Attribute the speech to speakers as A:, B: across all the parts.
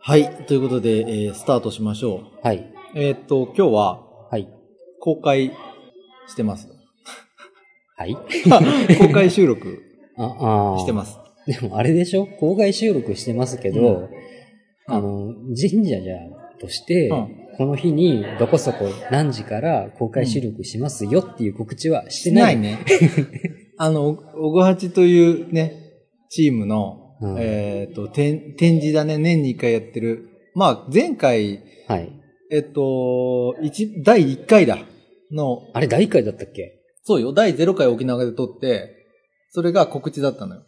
A: はい。ということで、えースタートしましょ
B: はい。
A: う。えーっと、今日は
B: はい。
A: 公開して ます。
B: はい。
A: 公開収録
B: あ、あ。
A: してますす。
B: でもあれでしょ公開収録してますけど、あの、神社じゃとして、
A: うん
B: この日にどこそこ何時から公開収録しますよっていう告知はして
A: し
B: な。
A: ないいね。あの、おごはちというね、チームの、
B: うん
A: えーっと、展展示だね、年に一回やってる。まあ、前回、
B: はい。
A: えっと、一、第1回だ。の、
B: あれ、第1回だったっけ
A: そうよ、第0回沖縄で撮って、それが告知だったのよ。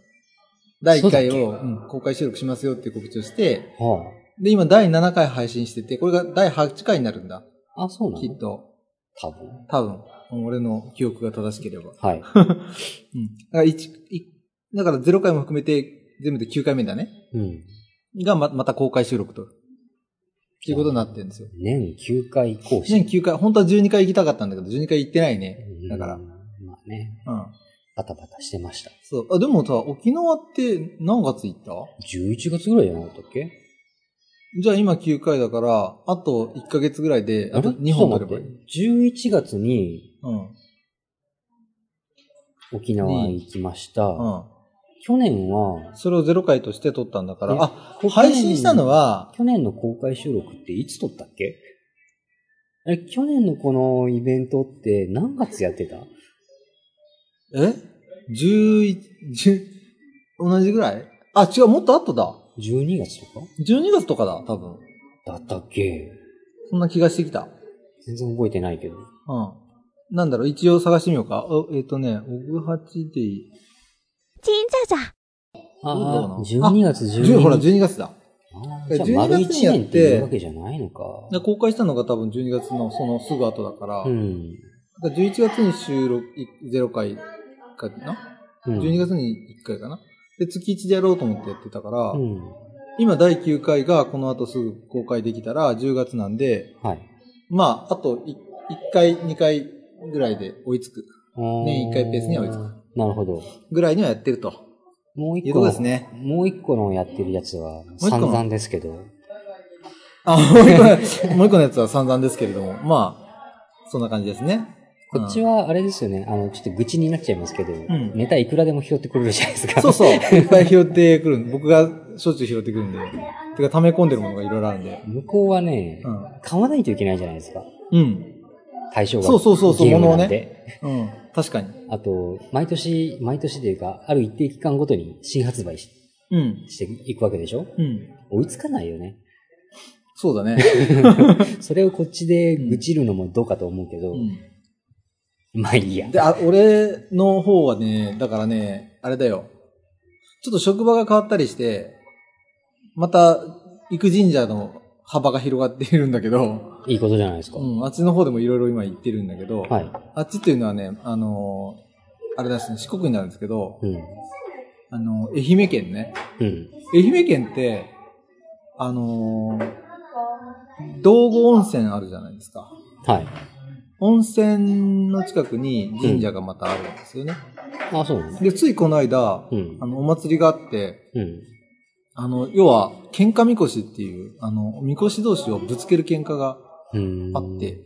A: 第1回
B: そう
A: を、うん公開収録しますよっていう告知をして、
B: は
A: で、今第7回配信してて、これが第8回になるんだ。
B: あ。あ、そうな
A: き
B: の
A: っと。
B: 多分。
A: 多分。俺の記憶が正しければ。
B: はい。
A: うん。だから一一だから0回も含めて、全部で9回目だね。
B: うん。
A: がま、また公開収録と。っていうことになってるんですよ。
B: 年9回更新。
A: 年9回、本当は12回行きたかったんだけど、12回行ってないね。
B: うん
A: だから
B: まあね、
A: うん。
B: バタバタしてました。
A: そう。あ、でもさ、沖縄って何月行った
B: 11月ぐらいじゃなかったっけ
A: じゃあ今9回だから、あと1ヶ月ぐらいで、あと2本取ればいい。
B: い。11月に
A: うん。
B: 沖縄行きました。
A: うん。
B: 去年は、
A: それを0回として撮ったんだから、
B: ね
A: あ、配信したのは、
B: 去年の公開収録っていつ撮ったっけあれ去年のこのイベントって何月やってた
A: え ?11、10同じぐらいあ、違う、もっと後だ。
B: ?12 月とか
A: 12月とかだ、多分。
B: だったっけ
A: そんな気がしてきた。
B: 全然覚えてないけど。
A: うん。なんだろう、一応探してみようか。おえっ、とね、オグハチでいい。
B: ああ、
A: そうだな
B: 12月12
A: 10
B: 日。
A: ほら、12月だ。
B: あーじゃあ丸
A: 12
B: 1
A: 月にやって
B: 年っていうわけじゃないのか。
A: で公開したのが多分12月のそのすぐ後だから、
B: うん。
A: だから11月に収録い0回かな、
B: うん。
A: ?12 月に1回かなで、月1でやろうと思ってやってたから、
B: うん。
A: 今第9回がこの後すぐ公開できたら10月なんで、
B: はい。
A: まあ、あと1回、2回ぐらいで追いつく。年
B: 年
A: 一回ペースには追いつく
B: なるほど。
A: ぐらいにはやってると。
B: もう
A: い
B: 一
A: うこと
B: 個の
A: ですね。
B: もう一個のやってるやつは
A: 一個の
B: 散々ですけど。
A: あ、もう一個の、もう一個のやつは散々ですけれども、まあ、そんな感じですね。
B: こっちはあれですよね。あの、ちょっと愚痴になっちゃいますけど、
A: ん
B: ネタいくらでも拾ってくれるじゃないですか。
A: そうそう。いっぱい拾ってくるん僕がしょっちゅう拾ってくるんで。てか、溜め込んでるものがいろいろあるんで。
B: 向こうはね、
A: うん。
B: 買わないといけないじゃないですか。
A: うん。
B: 対象が。
A: そうそうそうそう
B: ゲームなんで
A: 物をうん。確かに。
B: あと、毎年、毎年というか、ある一定期間ごとに新発売し
A: うん。
B: していくわけでしょ
A: うん。
B: 追いつかないよね。
A: そうだね。
B: それをこっちで愚痴るのもどうかと思うけど、
A: うん。
B: まあいいや。
A: で、あ、俺の方はね、だからね、あれだよ。ちょっと職場が変わったりして、また、行く神社の幅が広がっているんだけど、
B: いいことじゃないですか。
A: うん、あっちの方でもいろいろ今行ってるんだけど、
B: はい。
A: あっちっていうのはね、あのーあれだしね、四国になるんですけど、
B: うん。
A: あのー愛媛県ね。
B: うん。
A: 愛媛県って、あのー道後温泉あるじゃないですか。
B: はい。
A: 温泉の近くに神社がまたあるんですよね。
B: あ、そうなんですね。
A: で、ついこの間、
B: うん
A: あ。の、お祭りがあって、
B: うん。
A: あの、要は、喧嘩みこしっていう、あの、みこし同士をぶつける喧嘩が
B: うん
A: あって、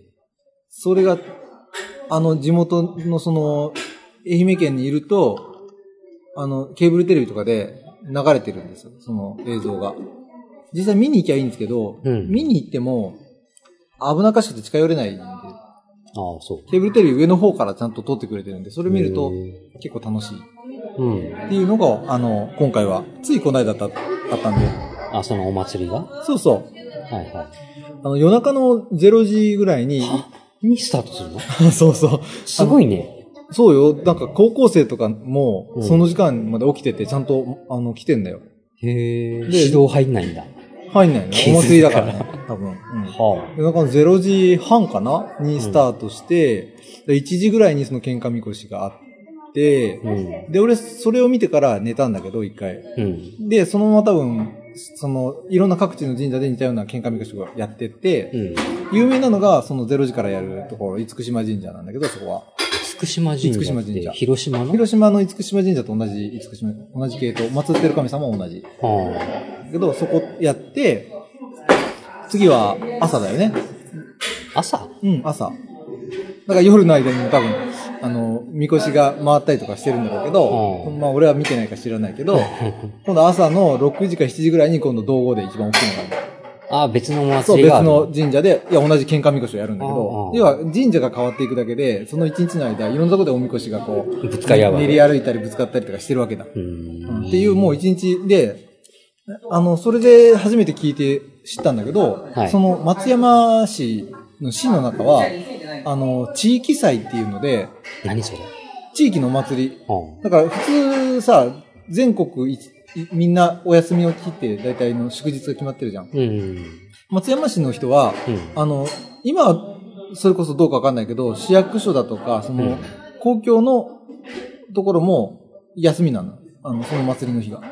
A: それが、あの、地元のその、愛媛県にいると、あの、ケーブルテレビとかで流れてるんですよ、その映像が。実際見に行きゃいいんですけど、
B: うん
A: 見に行っても、危なっかしくて近寄れないんで、
B: ああ、そう。
A: ケーブルテレビ上の方からちゃんと撮ってくれてるんで、それ見ると
B: う
A: 結構楽しい。
B: ん。
A: っていうのが、あの、今回は、ついこの間だった、あったんで。
B: あ、そのお祭りがは
A: そうそう。
B: いは
A: あの、夜中の0時ぐらいに
B: い。、にスタートするの
A: そうそう。
B: すごいね。
A: そうよ。なんか高校生とかも
B: う、ん
A: その時間まで起きてて、ちゃんと、あの、来てんだよ。
B: へえ。
A: で
B: 指導入んないんだ。
A: 入んないね。お
B: 警察
A: 祭りだからね。多分。うん。
B: は
A: 夜中の0時半かなにスタートして、で1時ぐらいにその喧嘩みこしがあって、
B: うん。
A: で、俺、それを見てから寝たんだけど、一回。
B: うん。
A: で、そのまま多分、その、いろんな各地の神社で似たような喧嘩みこしをやってて、
B: うん。
A: 有名なのが、その0時からやるところ、厳島神社なんだけど、そこは。
B: 厳島神社。
A: 厳島神社
B: 広島の
A: 広島の厳島神社と同じ、厳島、同じ系統、祀ってる神様は同じ。
B: は
A: けど、そこやって、次は朝だよね。
B: 朝
A: うん、朝。だから夜の間にも多分、あの、みこしが回ったりとかしてるんだろうけど、
B: うん
A: まあ俺は見てないから知らないけ ど、今度朝の6時か7時ぐらいに今度道後で一番大きいのがある。
B: あ、別の
A: そう、
B: 祭り
A: 別
B: がある。
A: の神社で、いや、同じ喧嘩みこしをやるんだけ
B: うんう
A: ど
B: ん、
A: 要は神社が変わっていくだけで、その一日の間、いろんなところでおみこしがこう、
B: ぶつかり合うわけ
A: 練り歩いたりぶつかったりとかしてるわけだ。
B: う
A: うん
B: ん
A: っていう、もう一日で、あの、それで初めて聞いて知ったんだけど、
B: はい
A: その松山市の市の中は、あの、地域祭っていうので、
B: 何それ
A: 地域のお祭り。
B: うん
A: だから普通さ、全国いいみんなお休みを切って、大体の祝日が決まってるじゃん。
B: うん。
A: 松山市の人は、
B: うん
A: あの、今は、それこそどうかわかんないけど、市役所だとか、その、
B: うん
A: 公共のところも休みなの。あの、その祭りの日が。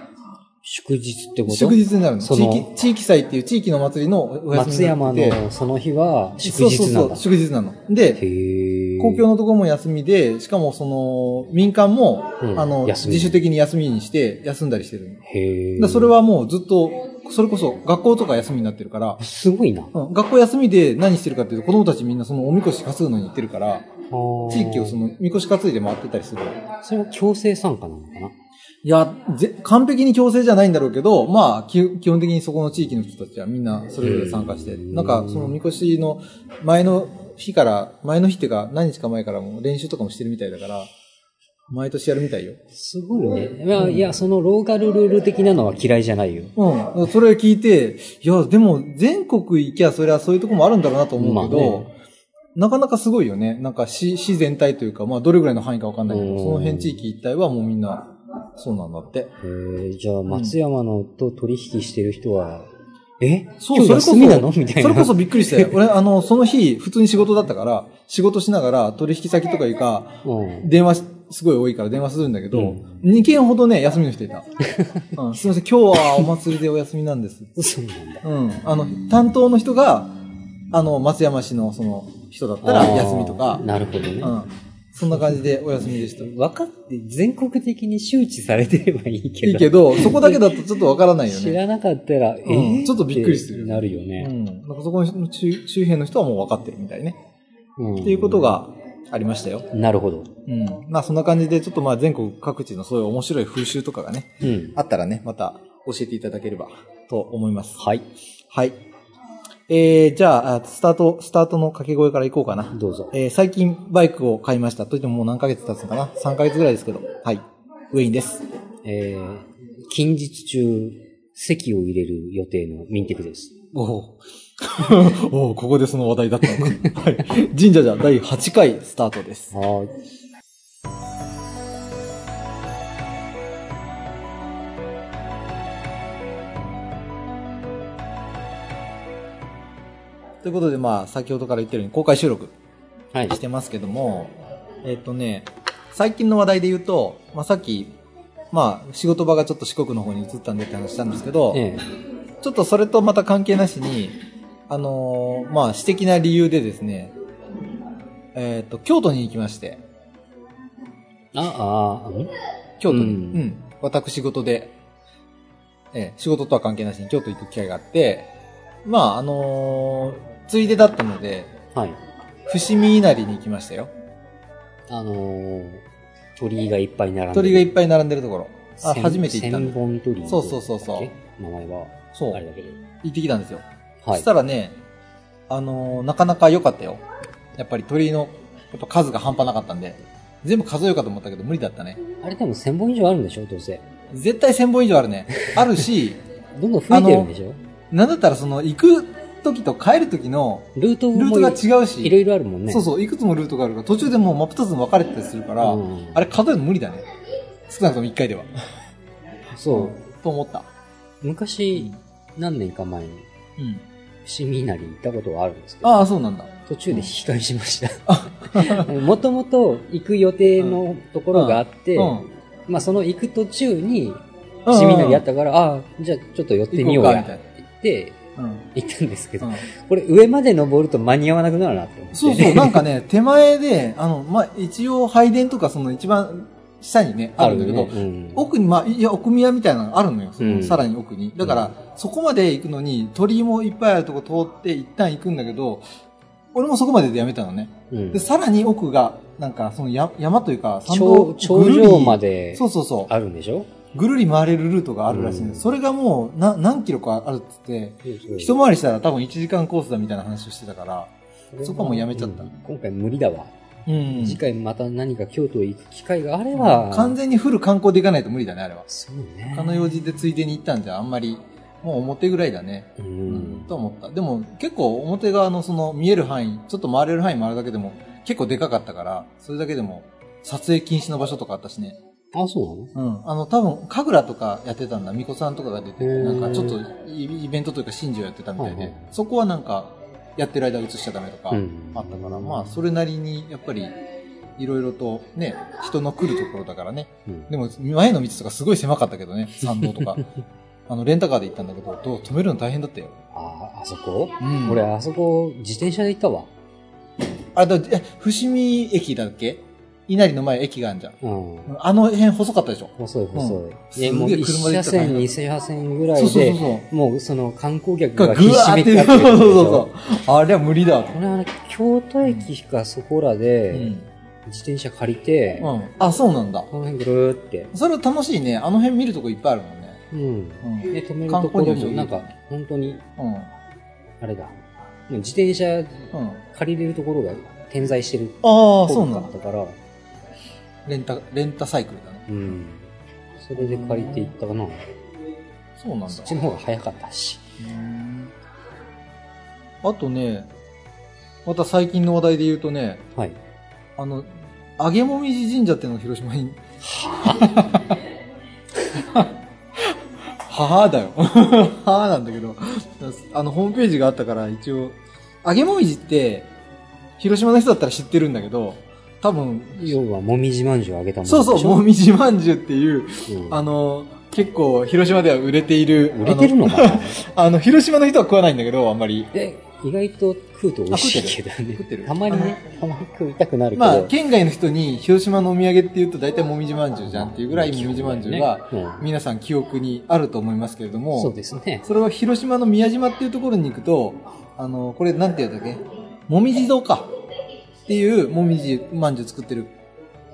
B: 祝日ってこと
A: 祝日になるの
B: そ
A: 地
B: の
A: 域、地域祭っていう地域の祭りのおお休
B: 松
A: みにな
B: 山
A: ってて
B: のその日は祝日な
A: そうそ
B: ん
A: うそ
B: だ
A: う、。祝日なの。で、
B: へ
A: 公共のところも休みで、しかもその、民間も、
B: うん
A: あの、
B: 休み
A: 自主的に休みにして、休んだりしてるの。
B: へ
A: だ
B: ー
A: それ、はもうずっと、それこそ学校とか休みになってるから、
B: すごいな。
A: うん学校休みで何してるかっていうと、子供たちみんなそのおみこし担ぐのに行ってるから、地
B: 地
A: 域をそ
B: の、
A: の、みこし担いで回ってたりするの。
B: それは強制参加なのかない
A: や、ぜ完璧に強制じゃないんだろうけど、まあ、き基本的にそこの地域の人たちはみんなそれぞれ参加して、
B: うん
A: なんか、そのみこしの前の日から、前の日っていうか、何日か前からもう練習とかもしてるみたいだから、毎年やるみたいよ。
B: すごいね。いや、いや、そのローカルルール的なのは嫌いじゃないよ。
A: うん。それ聞いて、いや、でも全国行きゃそりゃそういうとこもあるんだろうなと思うけど、
B: ま
A: なかなかすごいよね。なんか市、市全体というか、まあどれぐらいの範囲かわかんないけ
B: う
A: ど、
B: ん
A: その辺地域一帯はもうみんな、そうなんだって。
B: へーじゃあ、松山のと取引してる人は、え
A: そう
B: 今
A: それこ
B: 日
A: そ
B: 休みなのみたいな。
A: それこそびっくりしたよ。俺、あの、その日、普通に仕事だったから、仕事しながら取引先とかいうか、
B: うん。
A: 電話しすごい多いから電話するんだけど、
B: うん
A: 2件ほどね、休みの人い た。うん、すいません、今日はお祭りでお休みなんです。
B: そうなん
A: う
B: だ。
A: ん。あの、担当の人が、あの、松山市のその人だったら休みと
B: あ
A: か
B: ー、なるほど
A: う
B: ね。
A: ん。そんな感じでお休みで した。い
B: 分かって、全国的に周知されてればいいけど。
A: いけど、そこだけだとちょっとわからないよ
B: 知
A: ね。
B: らなかったら、えー
A: ちょっとびっくりする
B: てなるよ
A: う
B: ね。
A: ん。なんかそこの周周辺の人はもう分かってるみたいね。
B: うん
A: っていうこと。がありましたよ。
B: なるほど。
A: うん。まあそんな感じで、ちょっとまあ全国各地のそういう面白い風習とかがね、
B: うん。
A: あったらね、また教えていただければと思います。
B: はい。
A: はい。えー、じゃあ、あスタート、スタートの掛け声からいこうかな。
B: どうぞ。
A: えー最近バイクを買いました。といってももう何ヶ月経つのかな ?3 ヶ月ぐらいですけど。はい。ウェインです。
B: えー、近日中、席を入れる予定のミンテクです。
A: おお。 おお、ここでその話題だったの か。はい。神社じゃ第8回スタートです。
B: はい。
A: ということで、まあ、先ほどから言ってるように公開収録
B: はい
A: し。てますけども、えっ、とね、最近の話題で言うと、まあさっき、まあ、仕事場がちょっと四国の方に移ったんでって話したんですけど、
B: ええ。
A: ちょっとそれとまた関係なしに、あのーまあ、私的な理由でですね、えっ、と、京都に行きまして、
B: あ、あ、ん
A: 京都に、う
B: うんん、
A: 私仕事で、えー仕事とは関係なしに京都行く機会があって、まあ、あのーついでだったので、
B: はい。
A: 伏見稲荷に行きましたよ。
B: あのー、鳥居がいっぱい並んでる。
A: 鳥がいっぱい並んでるところ。あ、
B: 千
A: 初めて行ったん
B: 千
A: で、
B: 本鳥居。
A: そうそうそうそう。
B: 名前は、
A: そう
B: あれだけど。
A: 行ってきたんですよ。
B: は
A: そ
B: い
A: し。たらね、あのーなかなか良かったよ。やっぱり鳥のやっぱ数が半端なかったんで、全部数えようかと思ったけど無理だったね。
B: あれでも千本以上あるんでしょどうせ。
A: 絶対1000本以上ある ね。あるし、
B: どんどん増えてるんでしょ
A: なんだったらその行く時と帰る時の
B: ルート
A: ルー
B: も
A: トが
B: い
A: 違う
B: いろ
A: し、
B: いろあるもんね。
A: そうそう、いくつもルートがあるから、途中でもう真っ二つに分かれてたりするから、
B: うん
A: あれ数えるの無理だね。少なくとも1回では。
B: そう。
A: と思った。
B: 昔、何年か前に、
A: うん。
B: 伏見稲荷行ったことはあるんですけど、
A: ああ、そうなんだ。
B: 途中で引き返しました。 もともと行く予定のところがあって、
A: うん。
B: まあその行く途中に、伏見稲荷あったから、ああ、じゃあちょっと寄ってみようや
A: 行こうか
B: って言って、
A: うん。うん。
B: 行ったんですけど、
A: うん
B: これ上まで登ると間に合わなくな るなって思って。
A: そうそう、なんかね、手前で、あの、まあ、一応、拝殿とか、その一番下にね、あるんだけど、
B: ねうん
A: 奥に、まあ、いや、奥宮みたいなのがあるのよ。その
B: うん
A: さらに奥に。だから、そこまで行くのに、鳥居もいっぱいあるとこ通って、一旦行くんだけど、俺もそこまででやめたのね。
B: うん
A: で、さらに奥が、なんか、そのや山というか、山
B: 頂
A: 道
B: 頂
A: ぐるり
B: 上まで
A: そうそうそう。
B: あるんでしょ
A: ぐるり回れるルートがあるらしいんで
B: うん
A: す。それがもう、な、何キロかあるって言って、一回りしたら多分1時間コースだみたいな話をしてたから、そこはもうやめちゃった
B: うん今回無理だわ。
A: うん。
B: 次回また何か京都へ行く機会があれば。
A: 完全にフル観光で行かないと無理だね、あれは。
B: そうね。
A: 他の用事でついでに行ったんじゃ、あんまり、もう表ぐらいだね。
B: う
A: うんん。。と思った。でも、結構表側のその見える範囲、ちょっと回れる範囲回るだけでも、結構でかかったから、それだけでも、撮影禁止の場所とかあったしね。
B: あ、そう
A: うん。あの、多分、神楽とかやってたんだ。巫女さんとかが出てて、
B: へー
A: なんかちょっとイイベントというか神事をやってたみたい
B: はい
A: で
B: はい、
A: そこはなんか、やってる間映しちゃダメとか、
B: なのうん。
A: あったから、まあ、それなりに、やっぱり、いろいろとね、人の来るところだからね。
B: うん
A: でも、前の道とかすごい狭かったけど ね、参道とか。あの、レンタカーで行ったんだけど、どう止めるの大変だったよ。
B: あ、あそこ
A: うん
B: 俺、あそこ、自転車で行ったわ。
A: あ、だ、え、伏見駅だっけ稲荷の前駅があるじゃん。
B: うん。
A: あの辺細かったでしょ。
B: 細い細い。
A: ん
B: え、もう
A: すげえ車
B: 一
A: で行
B: 車
A: ったら大
B: 線、
A: 変
B: 二車線ぐら
A: そう
B: い
A: そうそう
B: で、
A: そう。
B: もうその観光客
A: が
B: が
A: ぐ
B: 必
A: わ
B: 死
A: ー
B: め
A: っ
B: って
A: て、
B: や
A: そう
B: って る
A: そう
B: でし
A: そ
B: ょ。
A: う。あれは無理だ。
B: これはね、京都駅かそこら
A: う
B: で、
A: ん。
B: 自転車借りて、
A: うん。あ、そうなんだ。
B: この辺ぐるーって。
A: それは楽しいね。あの辺見るとこいっぱいあるもんね。
B: うん。
A: うん。
B: で、止めるところ
A: 観光地
B: も、
A: も
B: なんか、本当に、
A: う
B: あれだ。もう自転車
A: ん。うん。
B: 借りれるところが点在してるっ
A: ああ、
B: ぽ
A: そう
B: か
A: な
B: っ
A: んだ
B: た。から、
A: レンタ、レンタサイクルだね。
B: うん。それで借りていったかな。
A: そうなんだ
B: そっ。ちの方が早かったし。
A: うんあとね、また最近の話題で言うとね、
B: はい。
A: あの、揚げもみじ神社っていうのが広島 に。はぁだよ。 はぁなんだけど、あの、ホームページがあったから一応、揚げもみじって、広島の人だったら知ってるんだけど、多分、
B: 要は、もみじまんじゅうあげたもん
A: そうそう、もみじまんじゅうっていう、
B: うん
A: あの、結構広島では売れている。
B: 売れてるのか
A: あ
B: な
A: のあの、広島の人は食わないんだけど、あんまり。
B: え、意外と食うと美味しいけどね
A: 食ってる。
B: たまにね、たまに食いたくなるけど。
A: まあ、県外の人に広島のお土産って言うと大体もみじまんじゅうじゃんっていうぐらいもみじまんじゅうが
B: うん
A: 皆さん記憶にあると思いますけれども、
B: そうですね。
A: それを広島の宮島っていうところに行くと、あの、これなんて言うんだっけもみじ堂か。っていうもみじまんじゅう作ってる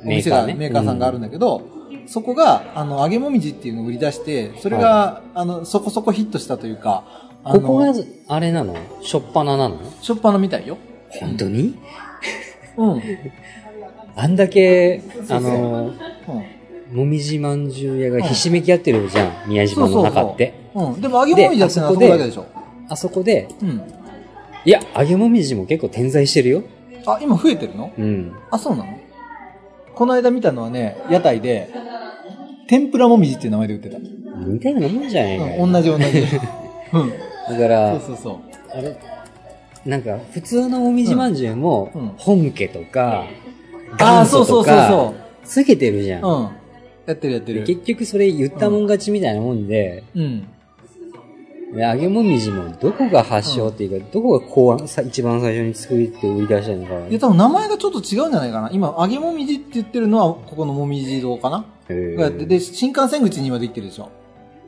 A: お店が、メーカー,、
B: ね
A: さんがあるんだけど、そこが、あの、揚げもみじっていうのを売り出して、それが、あの、そこそこヒットしたというか、あ
B: こ
A: の、
B: こが、あれなのしょっぱななの
A: しょっぱなみたいよ。
B: 本当に
A: うん。うん。
B: あんだけ、
A: そう
B: あの、
A: う
B: もみじまんじゅう屋がひしめき合ってるじゃん。宮島の中って。
A: ん。でも揚げもみじはってのは
B: で
A: そこだけでしょ。
B: あそこで、
A: うん。
B: いや、揚げもみじも結構点在してるよ。
A: あ、今増えてるの
B: うん。
A: あ、そうなのこの間見たのはね、屋台で、天ぷらもみじっていう名前で売ってた。う
B: 似たようなもんじゃないかよ、
A: ん、同じ同じ。 うん。
B: だから、
A: そうそうそう。
B: あれなんか、普通のもみじまんじゅうも、
A: うんうん
B: 本家とか、
A: あ
B: 元
A: あ、そ
B: 祖
A: うそうそう
B: とか
A: そ、
B: つけてるじゃん。
A: う。うん。やってるやってる。
B: 結局それ言ったもん勝ちみたいなもんで、
A: うん。
B: で揚げもみじもどこが発祥っていうか、どこが考案さ、一番最初に作って売り出したのか。
A: いや、多分名前がちょっと違うんじゃないかな。今、揚げもみじって言ってるのは、ここのもみじ堂かな、
B: へー
A: がやってで、新幹線口に今できてるでしょ。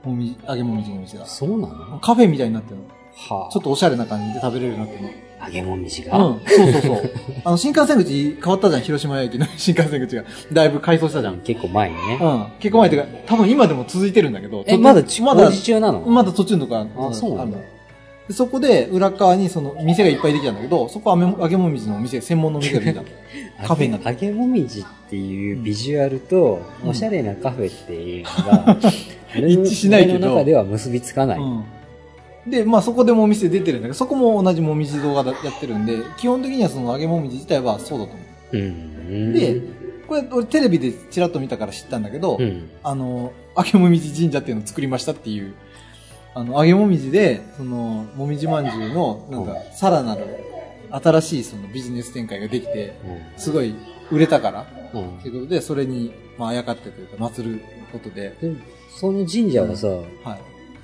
A: もみ、揚げもみじの店が。
B: そうなのは
A: カフェみたいになってるの。
B: あ
A: ちょっとおしゃれな感じで食べれるようになってるの。
B: 揚げもみじが、
A: うん、そうそうそう。 あの、新幹線口変わったじゃん、広島駅の 新幹線口が。だいぶ改装したじゃん。
B: 結構前にね。
A: うん。結構前っていうか、多分今でも続いてるんだけど。
B: え、
A: 途中
B: まだち、
A: ま
B: 工
A: だ、
B: 事中なの
A: まだ途中のとか、
B: あそうなんだ
A: あるのでそこで、裏側にその、店がいっぱいできたんだけど、そこはあめ揚げもみじのお店、専門のお店ができ たの。カフェになって
B: 揚げもみじっていうビジュアルと、
A: うん
B: おしゃれなカフェっていうのが、
A: 一致しないけど
B: 俺の中では結びつかない。
A: うん。で、まあそこでもお店出てるんだけど、そこも同じもみじ動画だやってるんで、基本的にはその揚げもみじ自体はそうだと思
B: うん
A: う。で、これ俺テレビでちらっと見たから知ったんだけど、
B: うん。
A: あの、揚げもみじ神社っていうのを作りましたっていう、あの、揚げもみじで、その、もみじまんじゅうの、なんか、さらなる、新しいそのビジネス展開ができて、すごい売れたから、
B: うん
A: ということで、それに、まあ、あやかってというか、祭ることで、
B: うんでその神社はさ、
A: は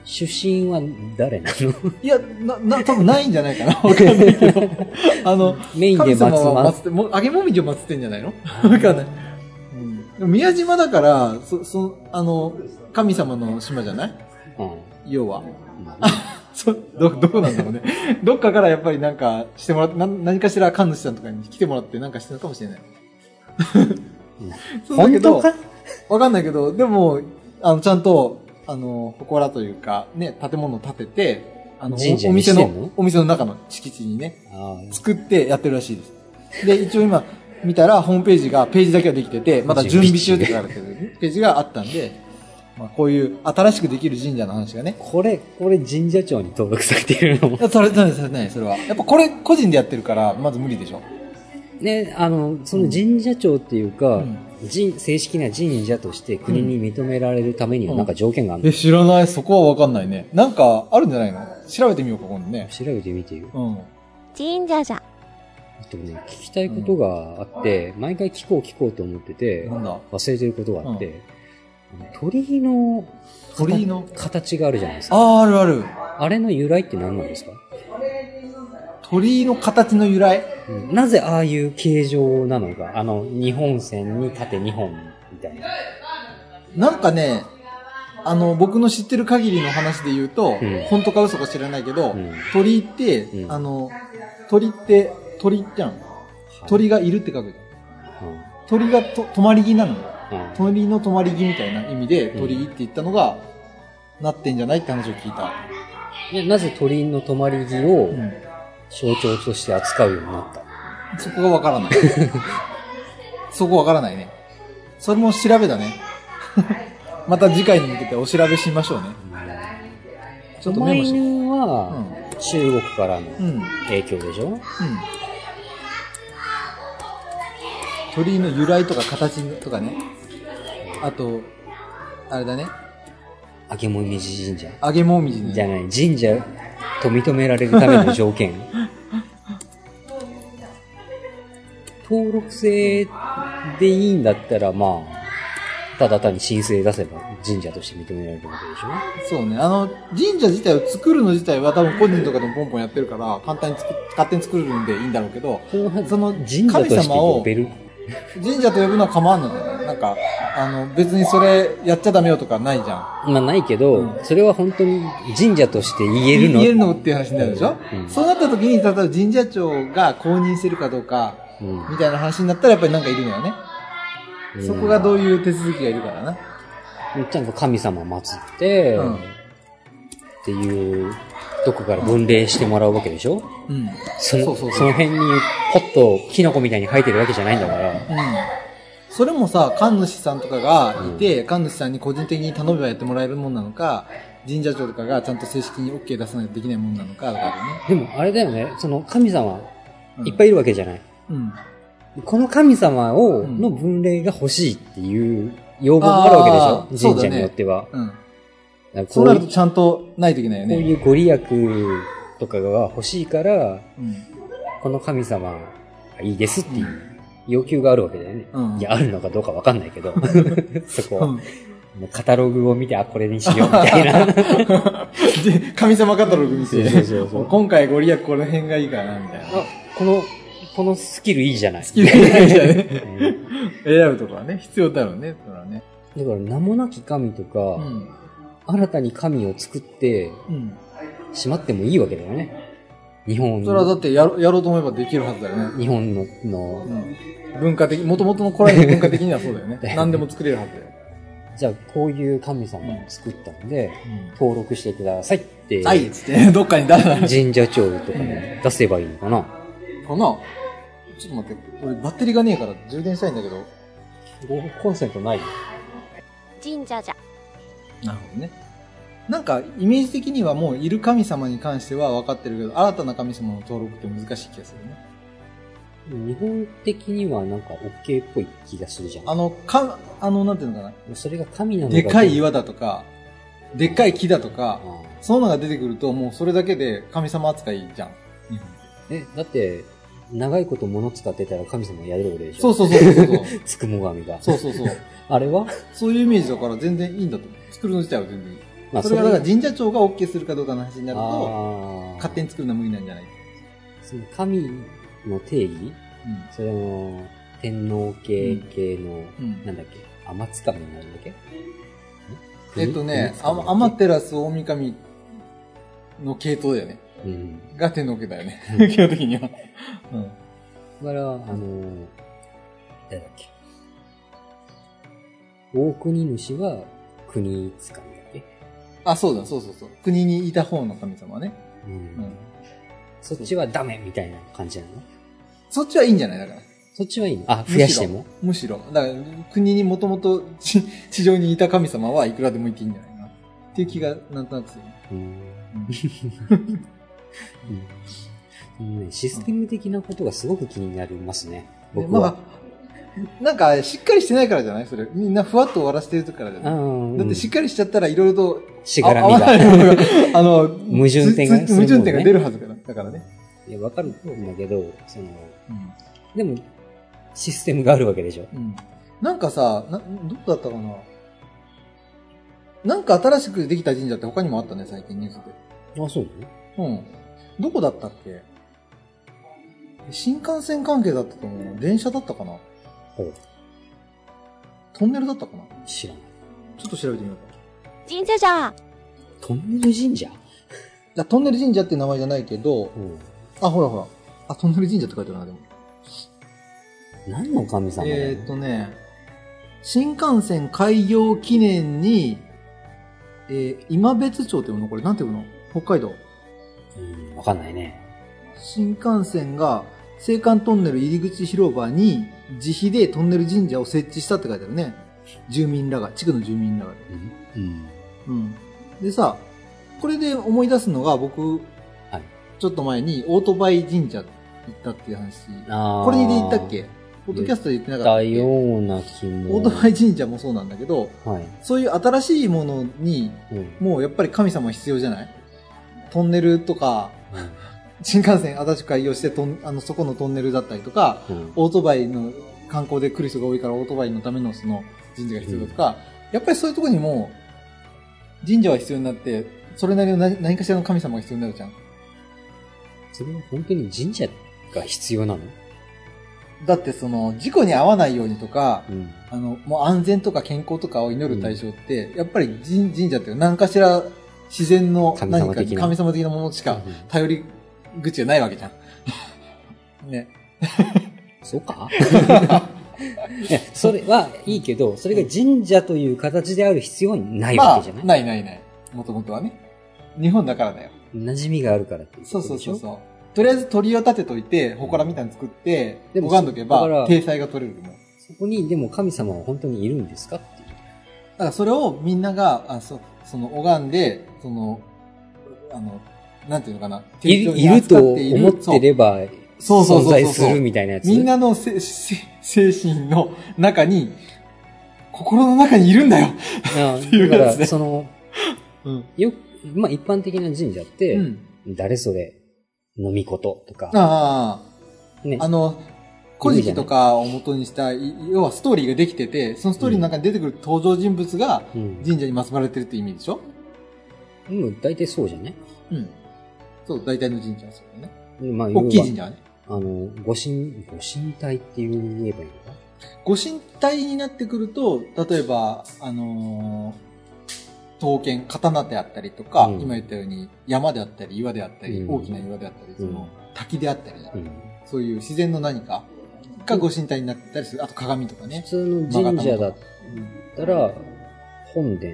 B: 出身は誰なの
A: い。いや、な、な、多分ないんじゃない かなわかんないけど。あの、
B: メインで
A: 神
B: 祭
A: 様は
B: ま
A: 祭って、もう揚げもみじを祭ってんじゃないのわかんない。うん。でも宮島だから、そ、そ、あの、神様の島じゃない
B: うん
A: 要は。
B: まあね。
A: そ、ど、どうなんだろうね。どっかからやっぱりなんかしてもらって、なん何かしら神主さんとかに来てもらってなんかしてるのかもしれないそうだけ
B: 本
A: ど
B: 当か
A: わかんないけど、でも、あの、ちゃんと、あの、祠というか、ね、建物を建てて、あの、
B: 神社
A: おお
B: にし
A: 店
B: てんの
A: の、お店の中の敷地にね、
B: あ
A: 作ってやってるらしいです。で、一応今、見たら、ホームページが、ページだけはできてて、まだ準備中って書かれてるページがあったんで、まあ、こういう新しくできる神社の話がね
B: あ、これ、これ神社庁に登録されてる の
A: いやされてない、されてない、それは。やっぱこれ、個人でやってるから、まず無理でしょ。
B: ね、あの、その神社庁っていうか、
A: うん
B: 神正式な神社として国に認められるためには
A: うん
B: なんか条件があるの、
A: え、知らない、そこはわかんないね。なんか、あるんじゃないの調べてみようか、今度ね。
B: 調べてみてよ。
A: うん。
C: 神社じゃ。
B: あとね、聞きたいことがあって、毎回聞こう聞こうと思ってて、
A: なんだ
B: 忘れてることがあって、あの鳥居の
A: 鳥居の
B: 形があるじゃないですか。
A: あー、あるある。
B: あれの由来って何なんですか、
A: 鳥居の形の由来。
B: うんなぜああいう形状なのかあの、日本線に縦2本みたいな。
A: なんかね、あの、僕の知ってる限りの話で言うと、
B: うん
A: 本当か嘘か知らないけど、
B: うん
A: 鳥居って、
B: うん
A: あの、鳥って、鳥じゃん。鳥がいるって書くじゃん。
B: うん
A: 鳥がと止まり木なのよ。
B: うん
A: 鳥の止まり木みたいな意味で、
B: うん
A: 鳥居って言ったのが、なってんじゃないって話を聞いた。
B: でなぜ鳥居の止まり木を
A: うん。
B: 象徴として扱うようになった、
A: そこがわからない。 そこわからないね。それも調べだね。 また次回に向けてお調べしましょうね。ちょっと
B: 狛
A: メモして。
B: 犬
A: う
B: は
A: ん。
B: 中国からの
A: うん。うん。
B: 影響でしょ、
A: 鳥居の由来とか形とかね。あと、あれだね。
B: あげもみじ神社
A: 揚げもみじ
B: じゃ
A: ね。
B: ない神社と認められるための条件登録制でいいんだったらまあただ単に申請出せば神社として認められるわけでしょ
A: そうね。あの、神社自体を作るの自体は多分個人とかでもポンポンやってるから、簡単に作っ勝手に作れるんでいいんだろうけど、
B: その
A: その
B: 神社と
A: 神
B: して
A: 様を
B: 呼べる
A: 神社と呼ぶのは構わんのじゃないなんか、あの、別にそれやっちゃダメよとかないじゃん。
B: まあないけど、
A: うん
B: それは本当に神社として言えるの
A: 言えるのっていう話になるでしょ、
B: うん
A: そうなった時に、例えば神社長が公認してるかどうか、
B: うん
A: みたいな話になったらやっぱりなんかいるのよね。
B: うん
A: そこがどういう手続きがいるからな。
B: ちゃんと神様祀って、
A: うん
B: っていう、どこから分霊してもらうわけでしょ、
A: うん。
B: その
A: そうそうそう
B: の辺に、ポッとキノコみたいに生えてるわけじゃないんだから。
A: うん。それもさ、神主さんとかがいて、神主さんに個人的に頼めばやってもらえるもんなのか、神社長とかがちゃんと正式に OK 出さないとできないもんなのか、とかでね。
B: でも、あれだよね、その神様、
A: うん
B: いっぱいいるわけじゃない。
A: うん。
B: この神様を、
A: うん
B: の分霊が欲しいっていう要望もあるわけでし
A: あー
B: ょ神社によっては。
A: うん。
B: だから
A: そう
B: こう
A: ないると
B: う
A: ちゃんとないといけないよ
B: こう
A: ね。
B: いうご利益とかが欲しいから、
A: うん。
B: この神様がいいですっていう要求があるわけだよね。
A: うん
B: いや、あるのかどうかわかんないけ ど、そこ
A: う
B: は
A: ん。
B: カタログを見て、あ、これにしようみ たいな。
A: で、神様カタログ見て、
B: そうそうそう
A: 今回ご利益この辺がいいかな、みたいな。
B: あこの、このスキルいいじゃない。
A: 好きな神社
B: う
A: ね。
B: ん
A: 選ぶとこはね、必要だろうね、それはね。
B: だから、名もなき神とか、
A: うん。
B: 新たに神を作って、
A: うん。
B: しまってもいいわけだよね。日本
A: それはだってやろやろうと思えばできるはずだよね。
B: 日本の、の
A: うん。文化的、もともとの古来の文化的にはそうだ よね
B: だよね。
A: 何でも作れるはずだよ。
B: じゃあ、こういう神様を作ったんで、登録してくださいって、
A: はいっつって、どっかに出さない。
B: 神社長とかに出せばいいのかな。
A: かなちょっと待って、俺バッテリーがねえから充電したいんだけど。
B: コンセントない
C: 神社じゃ。
A: なるほどね。なんか、イメージ的にはもういる神様に関しては分かってるけど、新たな神様の登録って難しい気がするね。
B: 日本的にはなんか OK っぽい気がするじゃん。
A: あの、か、あの、なんていうのか
B: それが神なの
A: な。
B: か
A: でかい岩だとか、でっかい木だとか
B: あ、あ
A: そういうのが出てくると、もうそれだけで神様扱いじゃん。日本
B: え、だって、長いこと物使ってたら神様やる俺でしょ
A: そう
B: う。
A: そうそうそう そう。
B: つくも神が。
A: そうそうそう。
B: あれは
A: そういうイメージだから全然いいんだと思う。作るの自体は全然いい。
B: ま
A: それがだから神社長が OK するかどうかの話になると、
B: ああ
A: 勝手に作るのは無理なんじゃない
B: その神の定義それも、天皇系系の、
A: うん。うん。
B: なんだっけ、天つかみになるだけ
A: えっとね、あま、アマ
B: 余っ
A: テラス大神の系統だよね。
B: うん。
A: が天の家だよ ね
B: うん。
A: 基本的には。うん。
B: だから、あのー、誰だっけ。大国主は国つかみだっけ。
A: あ、そうだ、そうそうそう。国にいた方の神様ね。
B: う
A: うんん。。
B: そっちはダメみたいな感じなの
A: そっちはいいんじゃないだから。
B: そっちはいいのあ、増やしても
A: むしろ。だから、国にもともと地地上にいた神様はいくらでもいていいんじゃないかな。っていう気がなんとなくする。
B: うん。
A: うん
B: うんね、システム的なことがすごく気になりますね。
A: で
B: 僕は。
A: まあ、なんか、しっかりしてないからじゃないそれ。みんなふわっと終わらせてるからじゃない、
B: うん
A: だってしっかりしちゃったらいろいろと、
B: しがらみ
A: あ合わない
B: が。
A: ものがあの、
B: 矛盾点が
A: ず
B: ね
A: ず
B: そうい
A: 矛
B: うもんね
A: 盾点が出るはずからだからね。
B: いや、わかるんだけど、そ
A: う
B: の、
A: ん。
B: でも、システムがあるわけでしょ。
A: うん。なんかさ、な、どこだったかななんか新しくできた神社って他にもあったね、最近ニュースで。
B: あ、そうなの
A: うん。どこだったっけ新幹線関係だったと思うな。電車だったかな
B: ほう。
A: トンネルだったかな
B: 知らない。
A: ちょっと調べてみようか。
C: 金家长，
B: トンネル神社
A: いやトンネル神社って名前じゃないけど、
B: うん。
A: あ、ほらほら。あ、トンネル神社って書いてあるな、でも。
B: 何の神様だよ
A: えーっとね、新幹線開業記念に、えー今別町っていうのこれ、なんていうの北海道。
B: うん、わかんないね。
A: 新幹線が、青函トンネル入り口広場に、自費でトンネル神社を設置したって書いてあるね。住民らが、地区の住民らが。
B: うん。うん。
A: うん。でさ、これで思い出すのが、僕、
B: はい
A: ちょっと前に、オートバイ神社行ったっていう話。
B: あー
A: これで言ったっけポッドキャストで言ってなかったっ
B: だ
A: け
B: ような気も。
A: オートバイ神社もそうなんだけど、
B: はい。
A: そういう新しいものに、
B: うん。うん
A: もうやっぱり神様必要じゃないトンネルとか、新幹線新しく開業してトン、あの、そこのトンネルだったりとか、
B: うん。
A: オートバイの観光で来る人が多いからオートバイのためのその神社が必要だとか、やっぱりそういうところにも神社は必要になって、それなりの何何かしらの神様が必要になるじゃん。
B: それは本当に神社が必要なの
A: だってその事故に遭わないようにとか
B: う、ん。
A: あの、もう安全とか健康とかを祈る対象って、やっぱり神神社っていう何かしら自然の
B: 神
A: 何
B: 様
A: か
B: 的な
A: 神様的なものしか
B: うん
A: 頼り口がないわけじゃん。 ね。
B: そ うかいやそれはいいけど、それが神社という形である必要はない
A: ま
B: わけ
A: あ
B: じゃな、い、
A: ないないない。もともとはね。日本だからだよ。
B: 馴染みがあるからってい
A: そうそうそう
B: うこ
A: そう。とりあえず鳥を立てといて、祠みたいに作って、
B: でも
A: 拝んどけ
B: だから
A: ば、体裁が取れると思う。
B: とでしょ。そこに、でも神様は本当にいるんですかっていう。
A: だからそれをみんなが、あそその、拝んで、その、あの、なんていうのかな。
B: い
A: 丁重
B: る
A: に
B: いると
A: 扱っている
B: 思ってれば、
A: そうそうそ
B: 存
A: うそう
B: 在するみたいなやつ。
A: みんなのせ せ精神の中に、心の中にいるんだよ。
B: あ
A: てい
B: ー、
A: う
B: だか
A: やつね
B: ら、その、
A: うん。
B: よく、まあ一般的な神社って、誰それ、飲み事とか、
A: あ
B: ね
A: あ、あの、古事記とかを元にした、い要はストーリーができてて、そのストーリーの中に出てくる登場人物が
B: うん。
A: 神社に祀られてるって意味でしょ
B: もう大体そうじゃない
A: うん。そう、大体の神社はそうだよね。
B: まあ、
A: 大きい
B: 要は
A: 神社はね。
B: あの、ご神、ご神体って言えばいいのか
A: ご神体になってくると、例えば、あのー刀剣、刀であったりとか、
B: うん
A: 今言ったように山であったり、岩であったり、
B: うん
A: 大きな岩であったり、そ
B: うん
A: の滝であったり、
B: うん。
A: そういう自然の何かがご神体になってたりする。あと鏡とか
B: 普
A: ね。
B: 通の神社だったら、本殿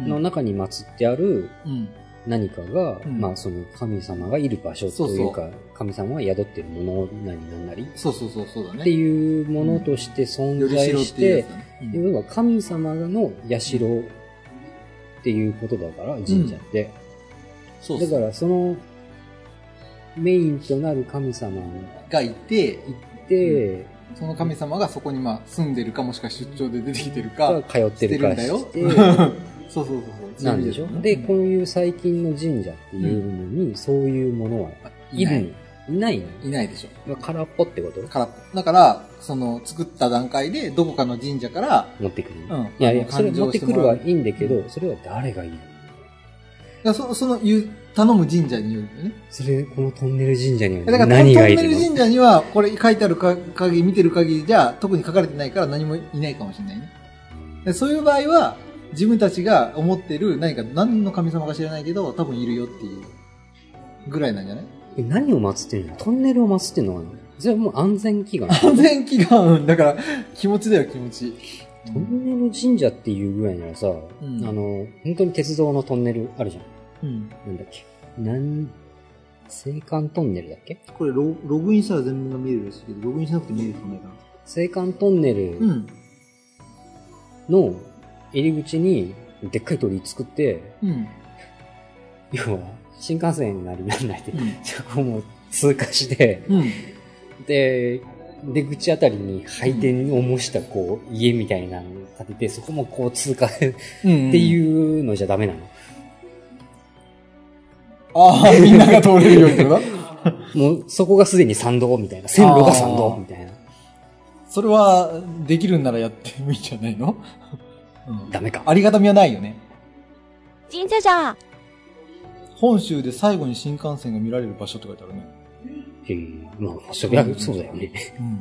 A: うん
B: の中に祀ってある
A: うん。
B: 何かが、
A: うん
B: まあその神様がいる場所というか、神様が宿ってるものなりなんなり
A: そうそうそう、そうだ
B: って
A: ね。
B: いうものとして存
A: より
B: 在
A: しろっ
B: して
A: いうや
B: て
A: つ、だね。うん
B: 要は神様の社っていうことだから、神社って。
A: そうそ
B: だ
A: う
B: からそのメインとなる神様に
A: がいて、
B: 行って、
A: その神様がそこにまあ住んでるかもしくは出張で出てきてる
B: が
A: か、
B: 通ってるから
A: よ
B: し。て、
A: そうそうそうそう。
B: なん でしょで、こういう最近の神社っていうのに、そういうものは
A: うい
B: い
A: な
B: る
A: い。
B: いない
A: いないでしょ。
B: の空っぽってこと
A: 空っぽだから、その、作った段階で、どこかの神社から、
B: 持ってくる。
A: うん
B: いやいや、それ
A: 勘定
B: 持ってくるはいいんだけ
A: う
B: ど、それは誰がいるの
A: だからそその言う、頼む神社によるんだよね。
B: それ、このトンネル神社に
A: だから、
B: は
A: トン
B: 何
A: ネ
B: がい
A: ル
B: るの
A: 神社には、これ書いてあるか限り、見てる限りじゃ、特に書かれてないから何もいないかもしれないね。
B: う
A: でそういう場合は、自分たちが思ってる何か何の神様か知らないけど、多分いるよっていうぐらいなんじゃない
B: え、何を祀ってんのトンネルを祀ってんのかなそれはもう安全祈願。
A: 安全祈願、だから気持ちだよ気持ち。
B: トンネル神社っていうぐらいならさ、
A: ん
B: あの、本当に鉄道のトンネルあるじゃん。
A: うん。
B: なんだっけ。なん、青函トンネルだっけ
A: これロログインしたら全部が見えるらしいけど、ログインしなくて見える人ないかな。
B: 青函トンネル
A: うん。
B: の入り口に、でっかい鳥居作って、
A: うん。
B: 要は、新幹線なりなんなりで、
A: う
B: そこも通過して、
A: ん。うん。
B: で、出口あたりに配点を模したこう、家みたいなのを建てて、そこもこう通過 って
A: うん、う
B: い
A: ん。
B: うのじゃダメなの。
A: ああ、みんなが通れるようにってこと
B: もうそこがすでに参道みたいな。線路が参道みたいな。
A: それは、できるんならやってもいいんじゃないの、 うん
B: ダメか。
A: ありがたみはないよね。
C: 神社じゃ
A: 本州で最後に新幹線が見られる場所って書いてあるね。
B: えー、まあ、そりゃそうだよね。
A: うん。
B: うん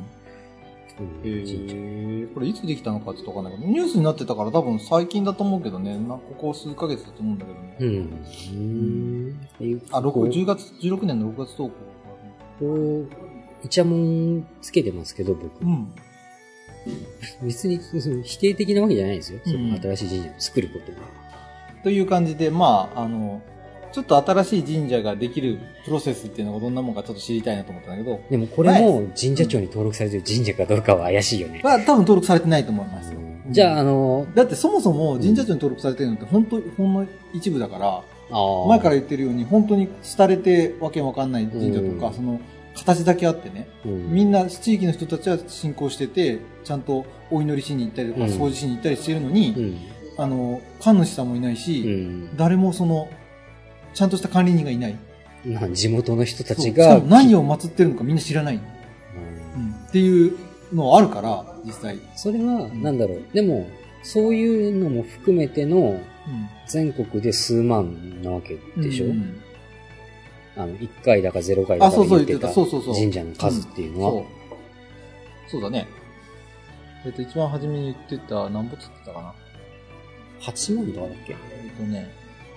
A: へ
B: 神社
A: ーこれいつできたのかちょっとわかんないけど、ニュースになってたから多分最近だと思うけどね、なここ数ヶ月だと思うんだけどね。
B: うん。っていう
A: あ、
B: こ
A: 6、
B: う
A: 10月、16年の6月投稿。
B: こう、イチャモンつけてますけど、僕。
A: ん。
B: 別にその否定的なわけじゃないんですよ。その
A: うん
B: 新しい神社を作ることが。
A: という感じで、まあ、あの、ちょっと新しい神社ができるプロセスっていうのがどんなもんかちょっと知りたいなと思ったんだけど、
B: でもこれも神社庁に登録されてる神社かどうかは怪しいよね。
A: まあ多分登録されてないと思いますよ。
B: じゃあ、あの、
A: だってそもそも神社庁に登録されてるのって本当、ほんの一部だから、
B: ああ。
A: 前から言ってるように本当に廃れてわけわかんない神社と
B: う
A: か、
B: ん
A: その形だけあってね、
B: うん、
A: みんな地域の人たちは信仰してて、ちゃんとお祈りしに行ったりとか、
B: うん
A: 掃除しに行ったりしてるのに、
B: うん。
A: あの、神主さんもいないし、誰もその、ちゃんとした管理人がいない。
B: うん。まあ、地元の人た
A: そう
B: ち
A: しか
B: が。
A: も何
B: を、
A: を祀ってるのかみんな知らない、っていうのはあるから実際、うん
B: それは、なんだろう。でも、そういうのも含めての、全国で数万なわけでしょ、
A: うん
B: あの、1回だか0回だ
A: あそ
B: か
A: うそう
B: で言
A: 言
B: って
A: ってた
B: た
A: そうそうそう
B: 神社の数っていうのは、
A: そうそうだねえっと一番初めに言ってた何ぼっつってたかな
B: 8万とかだっ
A: えっとね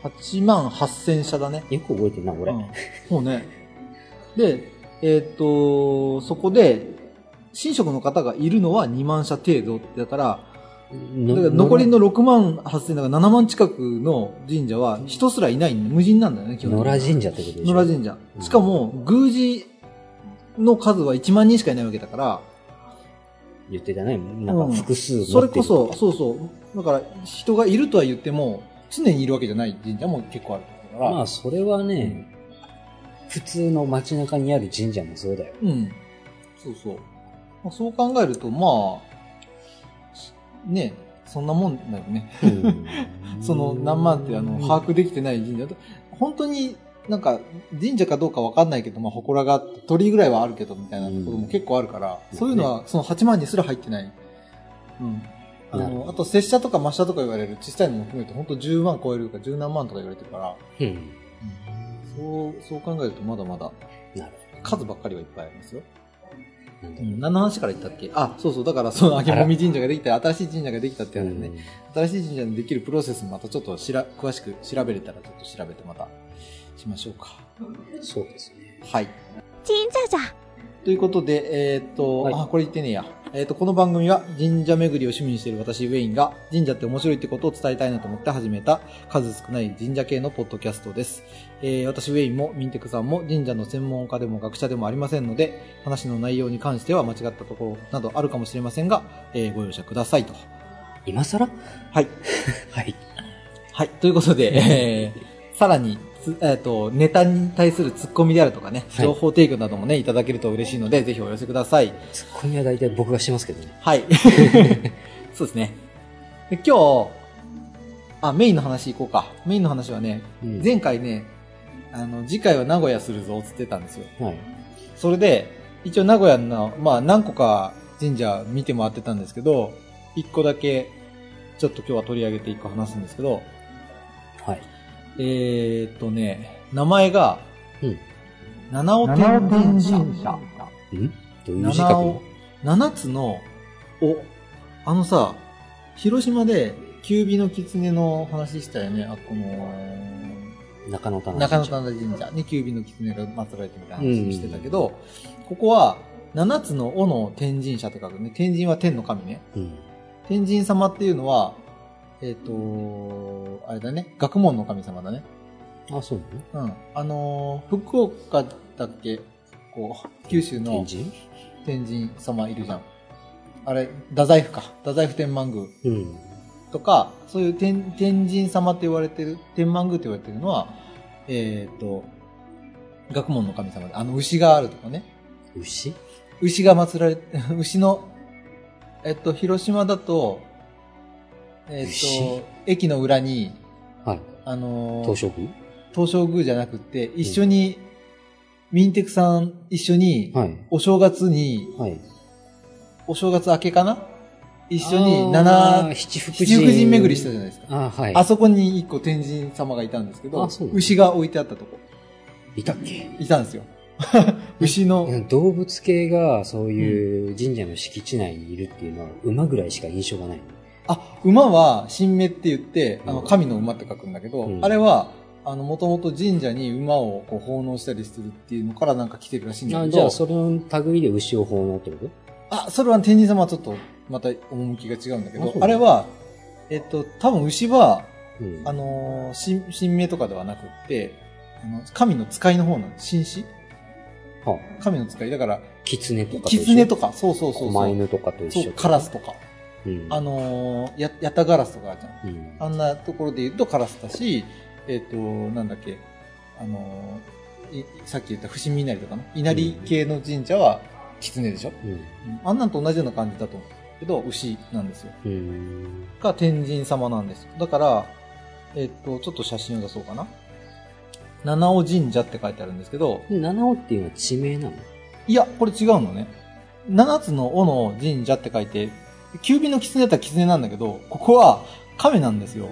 A: 8万8000社だね
B: けよく覚えてるな、俺。
A: うんそうねでえっとそこで神職の方がいるのは2万社程度だからだ
B: の
A: から残りの6万8000だから7万近くの神社は人すらいないんで無人なんだよね基本的に
B: 野良神社ってことでしょ
A: 野良神社
B: う。ん
A: しかも、宮司の数は1万人しかいないわけだから、
B: 言ってたね。なんか複数持ってる
A: それこそ、そうそう、だから人がいるとは言っても、常にいるわけじゃない神社も結構あるだから、
B: まあ、それはね、普通の街中にある神社もそうだよ。
A: うん。そうそう。まあ、そう考えると、まあ、ね、そんなもんだよね。 その何万ってあの把握できてない神社と、本当になんか神社かどうかわかんないけど、まあ、祠があって鳥居ぐらいはあるけどみたいなことも結構あるから、
B: うん
A: そういうのはその8万にすら入ってない。うん。あ
B: なるほ
A: の、
B: ど
A: あと、拙者とか抹茶とか言われる小さいのも含めて、本当10万超えるとか10何万とか言われてるから、
B: うん。
A: そう、そう考えるとまだまだ
B: なる
A: 数ばっかりはいっぱいありますよ。
B: なんだ
A: う
B: ろう。
A: ん、何の話から言ったっけあ、そうそう、だからその、あげもみ神社ができたり、新しい神社ができたって話ね。新しい神社にできるプロセスもまたちょっとしら詳しく調べれたらちょっと調べてまたしましょうか。
B: うんそうですね。
A: はい。
C: 神社じゃ
A: ということで、えーっと、
B: はい
A: あ、これ言ってねえや。えーっと、この番組は神社巡りを趣味にしている私、ウェインが神社って面白いってことを伝えたいなと思って始めた数少ない神社系のポッドキャストです。えー私、ウェインもミンテクさんも神社の専門家でも学者でもありませんので、話の内容に関しては間違ったところなどあるかもしれませんが、えーご容赦くださいと。
B: 今更
A: はい。
B: はい。
A: はい。ということ で、えー、さらに、つえっ、と、ネタに対するツッコミであるとかね、
B: はい
A: 情報提供などもね、いただけると嬉しいので、ぜひお寄せください。
B: ツッコミは大体僕がしてますけどね。
A: はい。そうですね。で今日、あ、メインの話いこうか。メインの話はね、
B: うん
A: 前回ね、あの、次回は名古屋するぞ、つってたんですよ。
B: はい。
A: それで、一応名古屋の、まあ何個か神社見て回ってたんですけど、一個だけ、ちょっと今日は取り上げて一個話すんですけど、
B: はい。
A: えーっとね、名前が、
B: うん
A: 七尾天神社。
B: んどういう字
A: 七
B: 書
A: 尾、七つの、お。あのさ、広島で、九尾の狐の話したよね。あ、この、
B: 中野棚
A: 中野
B: 神社
A: 神田神社に九尾の狐が祀られてみたいな話をしてたけど、ここは七つの尾の天神社って書くね。天神は天の神ね。
B: うん。
A: 天神様っていうのは、えっ、と、あれだね。学問の神様だね。
B: あ、そう
A: うん。あのー福岡だっけこう、九州
B: なの
A: の
B: 天神
A: 天神様いるじゃん。あれ、太宰府か。太宰府天満宮
B: うん。
A: とか、そういう天天神様って言われてる、天満宮って言われてるのは、えっ、と、学問の神様で、あの、牛があるとかね。
B: 牛
A: 牛が祀られ、 牛の、えっと、広島だと、えっ
B: 牛
A: と、駅の裏に、
B: はい。
A: あのー
B: 東照宮
A: 東照宮じゃなくて、一緒に、ミンテクさん一緒に、
B: はい。
A: お正月に、
B: はい。
A: お正月明けかな一緒
B: あー
A: に七、
B: 七福
A: 七福神巡りしたじゃないですか。
B: あーはい。
A: あそこに一個天神様がいたんですけど
B: あそうな、の
A: 牛が置いてあったとこ、
B: いたっけ
A: いたん ですよ。牛の
B: い、や動物系がそういう神社の敷地内にいるっていうのは馬ぐらいしか印象がない。
A: あ、馬は神明って言って、あの、
B: うん
A: 神の馬って書くんだけど、
B: うん
A: あれは、あの、もともと神社に馬をこう奉納したりするっていうのからなんか来てるらしいんだ
B: あ
A: け
B: じゃ
A: ど
B: あ、、その類で牛を奉納ってこと
A: あそれは天神様はちょっと、また趣が違うんだけ
B: あ
A: ど
B: そう、なの
A: あれは、えっと、多分牛は、
B: うん。
A: あのー神、神明とかではなくって、あの、神の使いの方なの、神使
B: は
A: 神の使い。だから、
B: 狐とかと一緒。
A: 狐とか、そうそうそうそ
B: 狛
A: う。
B: 犬とかと一緒。
A: そう、カラス。とか、
B: うん。
A: あのーや、やたガラスとかあるじゃん。
B: うん、
A: あんなところで言うとカラスだし、えっ、と、なんだっけ、あのーいさっき言った伏見稲荷とかの稲荷系の神社は狐でしょ、
B: うん。
A: あんなんと同じような感じだと思うけど、牛なんですよ。
B: うん。
A: が天神様なんです。だから、えっ、と、ちょっと写真を出そうかな。七尾神社って書いてあるんですけど、
B: 七尾っていうのは地名なの
A: いや、これ違うのね。七つの尾の神社って書いて、九尾の狐だったら狐なんだけど、ここは亀なんですよ。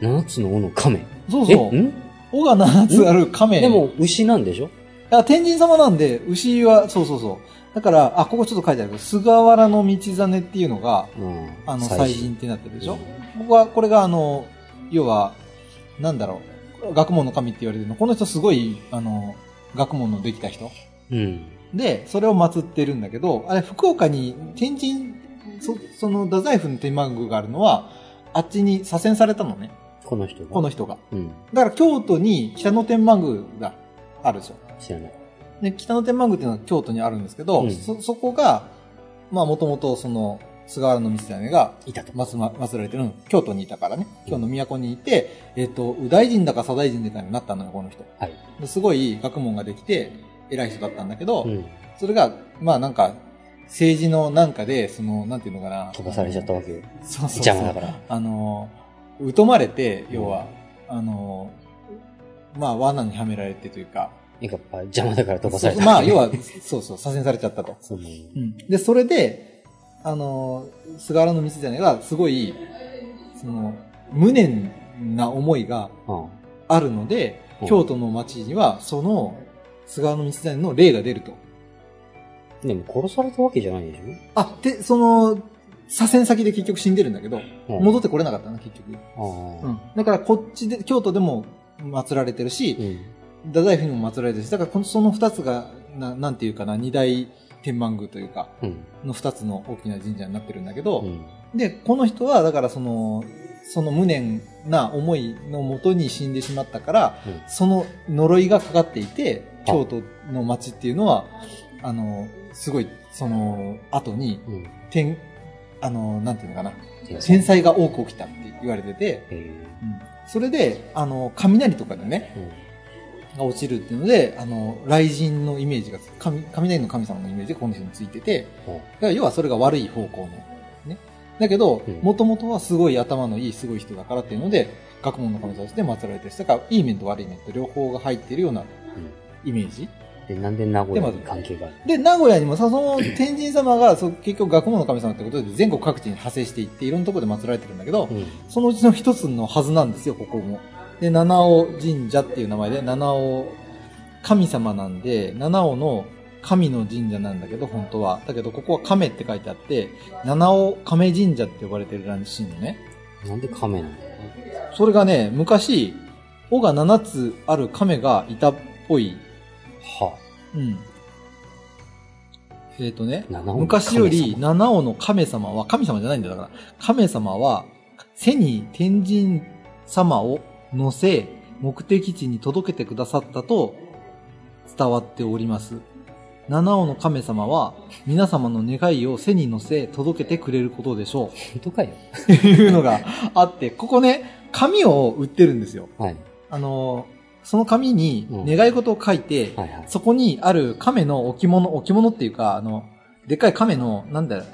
B: 七つの尾の亀。
A: そう
B: え
A: そう。
B: ん
A: 尾が7つある亀。
B: でも牛なんでしょ
A: あ、天神様なんで、牛は、そうそうそう。だから、あ、ここちょっと書いてあるけど、菅原の道真っていうのが、
B: うん。
A: あの、
B: 祭
A: 祭
B: 神
A: 神ってなってるでしょ、ここは、これがあの、要は、なんだろう、学問の神って言われてるの。この人すごい、あの、学問のできた人。
B: うん。
A: で、それを祀ってるんだけど、あれ、福岡に天神、そその、太宰府の天満宮があるのは、あっちに左遷されたのね。
B: この人が。
A: この人が。
B: うん。
A: だから、京都に北の天満宮があるでしょ。
B: 知らない。
A: で、北の天満宮っていうのは京都にあるんですけど、
B: うん
A: そ、そこが、まあ、もともとその、菅原道真が
B: いたと。
A: 祀ま、祀られてる、うん京都にいたからね、京の都にいて、えっ、と、右大臣だか左大臣だかになったのよ、この人。
B: はい。
A: ですごい学問ができて、偉い人だったんだけど、
B: うん。
A: それが、まあなんか、政治のなんかで、その、なんていうのかな。
B: 飛ばされちゃったわけよ。
A: そうそうそ
B: 邪魔だ
A: う。
B: から。
A: あの、疎まれて、
B: うん
A: 要は、あの、まあ罠にはめられてというか、
B: やっぱ邪魔だから飛ばされた。
A: そうまあ要は、そうそう、左遷されちゃったと。
B: その、
A: うんで、それで、あの、菅原道真がすごい、その、無念な思いが
B: あ
A: あるので、
B: うん
A: 京都の町には、その、菅原道真の霊が出ると。
B: あでも殺されたわけじゃないでし
A: あ、で、その、左遷先で結局死んでるんだけど、
B: ょ
A: 戻
B: っ
A: ってこれなかったな、結局。
B: ああ。
A: うん。だから、こっちで、京都でも祀られてるし、
B: うん。
A: 太宰府にも祀られてるし、だからこの、その二つが、ななんていうかな、二大天満宮というか、
B: うん。
A: の二つの大きな神社になってるんだけど、
B: うん。
A: で、この人は、だからその、その無念な思いのもとに死んでしまったから、
B: うん
A: その呪いがかかっていて、
B: あ
A: 京都の町っていうのは、あの、すごい、その、後に、
B: うん。
A: 天、あの、なんていうのかな、
B: 天
A: 天才が多く起きたって言われてて、
B: へえ
A: それで、あの、雷とかでね、
B: うん。
A: が落ちるっていうので、あの、雷神のイメージが、神雷の神様のイメージがこの人についてて、
B: ほ
A: だから要はそれが悪い方向の。ね。だけど
B: うん、
A: もともとはすごい頭のいいすごい人だからっていうので、学問の神として祀られてる人だから、いい面と悪い面と両方が入ってるような
B: ううん。
A: イメージ。
B: で、なんで名古屋に関係がある
A: で、名古屋にもさ、その天神様が、そう結局学問の神様ってことで全国各地に派生していって、いろんなところで祀られてるんだけど、
B: うん。
A: そのうちの一つのはずなんですよ、ここも。で、七尾神社っていう名前で、七尾神様なんで、七尾の神の神社なんだけど、本当は。だけど、ここは亀って書いてあって、七尾亀神社って呼ばれてるらしいのね。
B: なんで亀なの
A: それがね、昔、尾が7つある亀がいたっぽい。
B: は
A: うん。えっ、とね
B: あ、、七尾の
A: 昔
B: 神様
A: より七尾の神様は、神様じゃないんだよだから、神様は、背に天神様を乗せ、目的地に届けてくださったと伝わっております。七尾の神様は、皆様の願いを背に乗せ、届けてくれることでしょ
B: 本当かよ。
A: う。っていうのがあって、ここね、紙を売ってるんですよ。
B: はい。
A: あの、その紙に願い事を書いて、
B: はいはい。
A: そこにある亀の置物、置物っていうか、あの、でっかい亀の、なんだろう、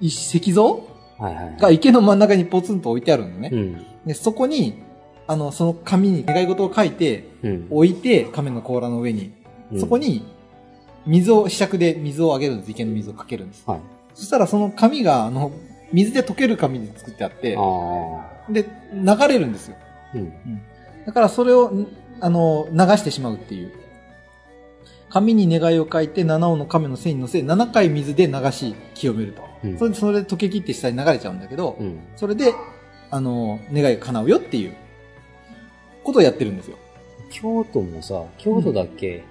A: い石像
B: はいはい、
A: が池の真ん中にポツンと置いてあるの
B: う
A: ね。
B: ん。
A: で、そこに、あの、その紙に願い事を書いて、
B: うん。
A: 置いて、亀の甲羅の上に。
B: うん
A: そこ。に、水を、試着で水をあげるんです。池の水をかけるんです。
B: はい。
A: そしたらその紙が、あの、水で溶ける紙で作ってあって
B: あ、あ。
A: で、流れるんですよ。
B: うん。
A: だからそれを、んあの、流してしまうっていう。紙に願いを書いて、七尾の亀の背に乗せ、7回水で流し清めると。
B: うん
A: それで、それで溶け切って下に流れちゃうんだけど、
B: うん。
A: それで、あの、願いが叶うよっていう、ことをやってるんですよ。
B: 京都もさ、京都だっけ、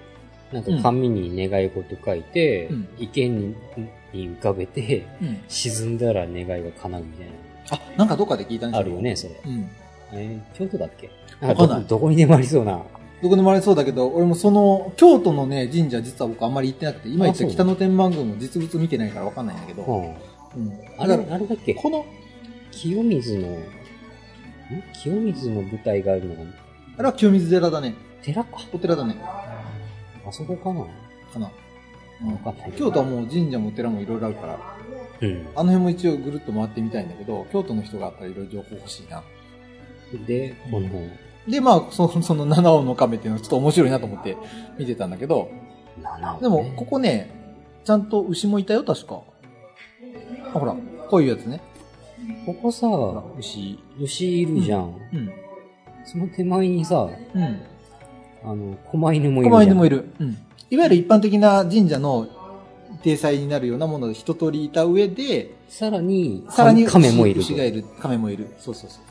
B: なん
A: うん
B: か紙に願い事書いて、
A: うん
B: 池にに浮かべて、
A: うん。
B: 沈んだら願いが叶うみたい
A: あ、なんかどっかで聞いたんです
B: な。あるよ。ね、それ。
A: うん。
B: えー京都だっけ
A: わかんない
B: どどこにでもありそうな。
A: どこでもありそうだけど、俺もその、京都のね、神社実は僕あんまり行ってなくて、今言っ
B: あそ
A: た
B: う
A: 北野天満宮も実物見てないからわかんないんだけ
B: う
A: ど、
B: ん。
A: うん。
B: あ
A: だ
B: れ、
A: から、
B: あれだっけ
A: この、
B: 清水の、ん清水の舞台があるのが、
A: あれは清水寺だね。
B: 寺か。
A: お寺だね。
B: あそこかなわ
A: かな。
B: かんないけど
A: 京都はもう神社もお寺もいろいろあるから、
B: う
A: あの辺も一応ぐるっと回ってみたいんだけど、京都の人があったらいろいろ情報欲しいな。
B: ん。で、この、
A: で、まあ、その、その七尾の亀っていうのはちょっと面白いなと思って見てたんだけど、
B: 七尾、ね。
A: でも、ここね、ちゃんと牛もいたよ、確か。あほら、こういうやつね。
B: ここさ、
A: ほら、牛。
B: 牛いるじゃん。
A: うん。
B: その手前にさ、
A: うん。
B: あの、狛犬もいるじゃん。
A: 狛犬もいる。うん。いわゆる一般的な神社の体裁になるようなもので一通りいた上で、
B: さらに、
A: さらに
B: 亀もいると。
A: 牛がいる。亀もいる。そうそうそう。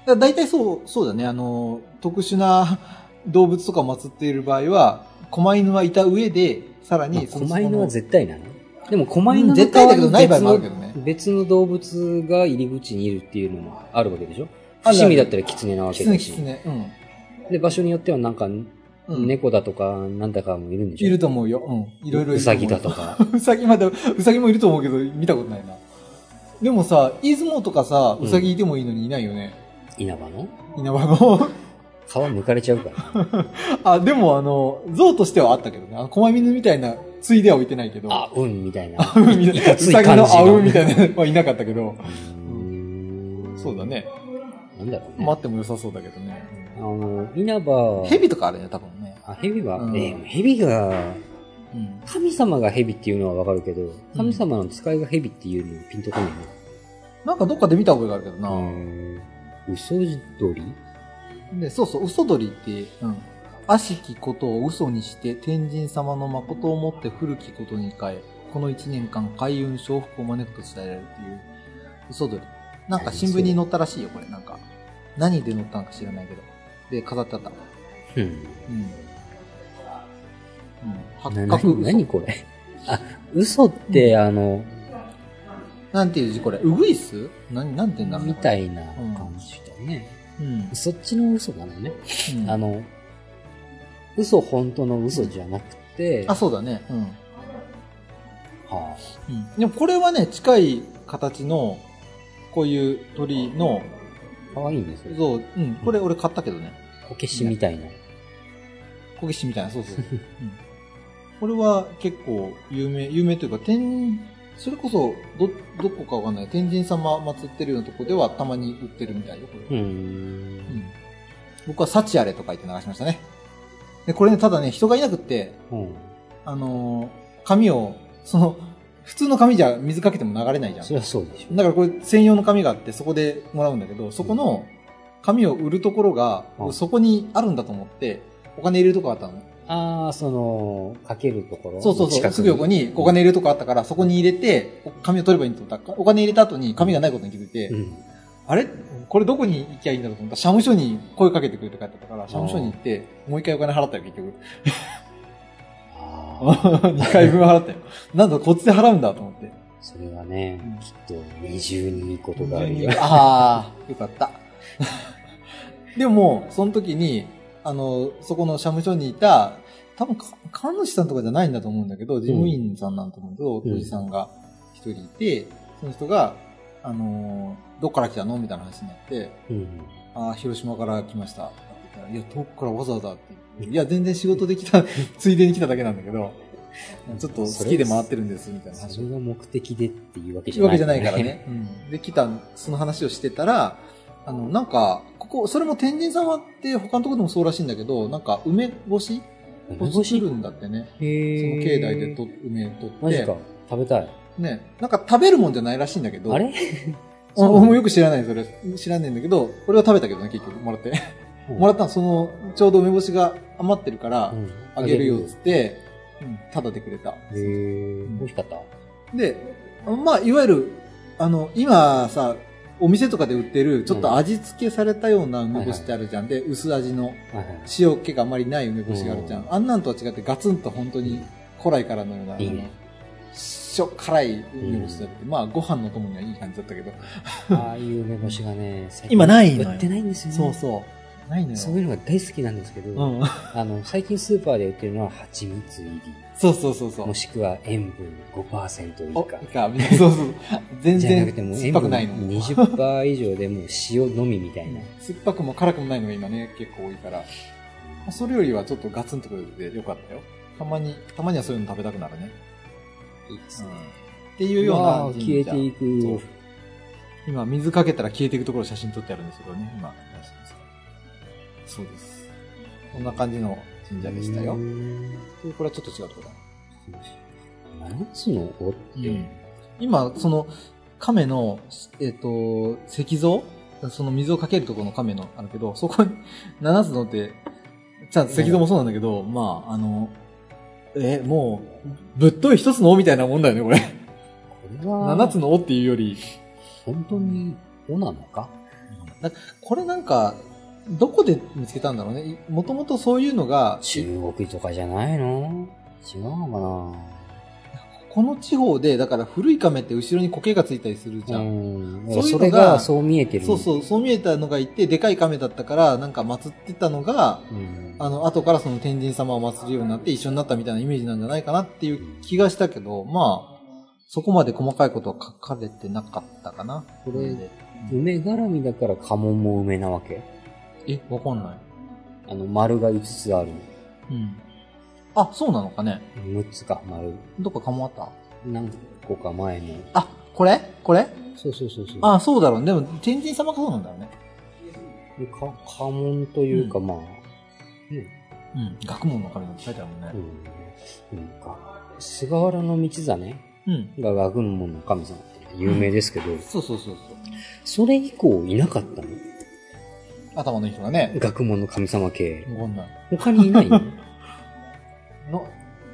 A: だから大体そう、そうだね。あの、特殊な 動物とかを祀っている場合は、狛犬はいた上で、さら
B: まあ
A: にその、
B: 狛犬は
A: その
B: 絶対なのでも、狛犬
A: う
B: の
A: ん絶対だけど
B: 代わりに
A: ない場合もあるけどね
B: 別の別の動物が入り口にいるっていうのもあるわけでしょ
A: あるある
B: 伏見だったら狐なわけだ
A: 狐、
B: し。
A: 狐。うん。
B: で、場所によってはなんか、
A: うん、
B: 猫だとか、なんだかもいるんでしょ
A: いると思うよ。うん。いろいろいると思う
B: うさぎだと。か。
A: うさぎまで、うさぎもいると思うけど、見たことないな。でもさ、出雲とかさ、うさぎいてもいいのにいないよね。
B: 稲葉の
A: 稲葉の。
B: 皮剥かれちゃうから。
A: あ、でもあの、象としてはあったけどね。あの狛犬みたいな、ついでは置いてないけど。
B: あ、うん、み たいな。
A: みたいなう
B: つい感
A: さぎ
B: じの
A: のあうんみたいなのはいなかったけど。
B: うーん
A: そうだ。ね。
B: なんだろうね。
A: 待っても良さそうだけどね。
B: あの、稲葉。
A: 蛇とかあるね、多分ね。
B: あ、蛇は、
A: うん
B: ね蛇が、
A: うん。
B: 神様が蛇っていうのはわかるけど、神様の使いが蛇っていうのはピンとこない
A: なんかどっかで見た覚えがあるけど
B: な。
A: な。
B: う嘘鳥
A: で、そうそう、嘘鳥って、うん。悪しきことを嘘にして、天神様の誠をもって古きことに変え、この一年間、開運、昇福を招くと伝えられるっていう、嘘鳥。なんか新聞に載ったらしいよ、これ。なんか。何で載ったのか知らないけど。で、飾ってあった。
B: うん。
A: うん。うん。八
B: な
A: 角嘘
B: 何何これあ、嘘って、あの、
A: なんていう字これ、ウグイス何、なんて言うんだろう
B: み
A: な
B: た。いな感じだね。
A: うん。
B: そっちの嘘なのね。
A: うん
B: あの、嘘本当の嘘じゃなくて、
A: あ、そうだね。うん。
B: は
A: うん。でもこれはね、近い形の、こういう鳥の
B: あ、かわいいね、それ。
A: 像、うん。これ俺買ったけどね。
B: こけしみたいな。
A: こけしみたいな、そうそう。うん。これは結構有名、有名というか、天、それこそ、ど、どこかわかんない。天神様祀ってるようなとこではたまに売ってるみたいよ、これ。
B: う
A: う
B: ー
A: ん
B: ん。
A: 僕はサチアレと書いて流しましたね。で、これね、ただね、人がいなくって、
B: うん。
A: あのー紙を、その、普通の紙じゃ水かけても流れないじゃん
B: そ。りゃそうでしょ。
A: だからこれ専用の紙があって、そこでもらうんだけど、そこの紙を売るところが
B: う、ん
A: そこにあるんだと思って、お金入れるとこがあったの。
B: ああ、その、かけるところ
A: そうそうそう。すぐ横にお金入れるとこあったから、そこに入れて、お紙を取ればいいと思った。お金入れた後に紙がないことに気づいて、
B: うん。
A: あれこれどこに行きゃいいんだろうと思ったら、社務所に声かけてくれとかやったから、社務所に行って、もう一回お金払ったよ、結 局。
B: ああ、
A: 2回分払ったよ。なんだ、こっちで払うんだと思って。
B: それはね
A: うん、
B: きっと二重にいいことがあるよ。
A: ああ、よかった。 でも、その時に、あの、そこの社務所にいた、多分か、神主さんとかじゃないんだと思うんだけど、事務員さんなんだと思うけど、
B: うん
A: おじさんが一人いて、その人が、あのーどっから来たのみたいな話になって、
B: うん。
A: ああ、広島から来ました。って言ったらいや、遠くからわざわざって言って。いや、全然仕事できた、ついでに来ただけなんだけど、 ちょっと好きで回ってるんです、みたいな話
B: そ
A: を
B: れが目的でっていうわけ
A: い
B: じ
A: う
B: ゃ
A: わ
B: ない。
A: けじゃないから。ね。で、来た、その話をしてたら、あの、なんか、ここ、それも天神様って他のところでもそうらしいんだけど、なんか梅干し
B: 梅干し
A: 作るんだってね。
B: へ
A: そ
B: ー
A: の境内でと梅取
B: マジ
A: っ
B: か
A: て、。
B: 食べたい。
A: ね、なんか食べるもんじゃないらしいんだけど、
B: あれ
A: お
B: そう
A: 俺もよく知らない、それ。知らないんだけど、俺は食べたけどね、結局、もらって。もらったの、その、ちょうど梅干しが余ってるから
B: う、
A: あ
B: ん
A: げるよ、つって、うん、ただでくれた。
B: へー美味しかった。
A: で、まあ、いわゆる、あの、今さ、お店とかで売ってる、ちょっと味付けされたような梅干しってあるじゃん。で、薄味の
B: はいはい
A: 塩気があまりない梅干しがあるじゃん。
B: う
A: あんなんとは違ってガツンと本当に古来からのような、
B: いいね
A: あのしょっ辛い梅干しだって、まあ、ご飯のともにはいい感じだったけど。
B: ああいう梅干しがね、最近
A: 今ないのよ
B: 売ってないんですよね。
A: そうそう。ないのよ。
B: そういうのが大好きなんですけど、
A: うん。
B: あの、最近スーパーで売ってるのは蜂蜜入り、
A: そうそうそうそう
B: も。しくは塩分5%以
A: お、
B: 下
A: い。いか、みたいな。そうそう。全
B: じゃなくて
A: 然
B: もう
A: 酸っ
B: 塩
A: ぱく
B: 分
A: ないの。
B: 20%以上でもう塩のみみたいな。
A: 酸っぱくも辛くもないのが今ね、結構多いから。それよりはちょっとガツンとくれてよかったよ。たまに、たまにはそういうの食べたくなるね。
B: いいですね。
A: っていうような
B: わあ
A: 神社
B: 消えていく。
A: そう今、水かけたら消えていくところを写真撮ってあるんですけどね、今、出してますそうです。こんな感じの神社でしたよ
B: う。ん
A: でこれはちょっと違うところだ。
B: 七つの尾って、
A: 今、その、亀の、えっ、と、石像その水をかけるところの亀のあるけど、そこに、七つのって、ちゃんと石像もそうなんだけど、まあ、あの、え、もう、ぶっとい一つの尾みたいなもんだよね、これ。
B: これは
A: 七つの尾っていうより、
B: 本当に尾なのか
A: なこれなんか、どこで見つけたんだろうね。いもともとそういうのが、い
B: 中国とかじゃないの違うの
A: この地方で、だから古い亀って後ろに苔がついたりする
B: か
A: じ
B: な
A: ゃん。
B: うん。
A: そういうのが
B: それがそう見えてる。
A: そうそう、そう見えたのがいて、でかい亀だったから、なんか祀ってたのが、
B: うん。
A: あの、後からその天神様を祀るようになって一緒になったみたいなイメージなんじゃないかなっていう気がしたけど、まあ、そこまで細かいことは書かれてなかったかな。
B: これ梅絡みだから家紋も梅なわけ
A: え、わかんない。
B: あの、丸が5つある。
A: うん。あ、そうなのかね。
B: 6つか、丸。
A: どっかかもあっ
B: 何個か前の。
A: たあ、これこれ
B: そうそうそうそう。
A: あ、そうだろうね。でも、天神様がそうなんだろうね。
B: でか家紋というか、まあ、
A: うん。学問の神って書いてあるもんね
B: う。ん。なんか、菅原道真
A: うん。
B: が学問の神様って有名ですけど、
A: そうそうそうそう。
B: それ以降いなかったの
A: 頭のいい人がね。
B: 学問の神様系。
A: わかんない。
B: 他にいない
A: の、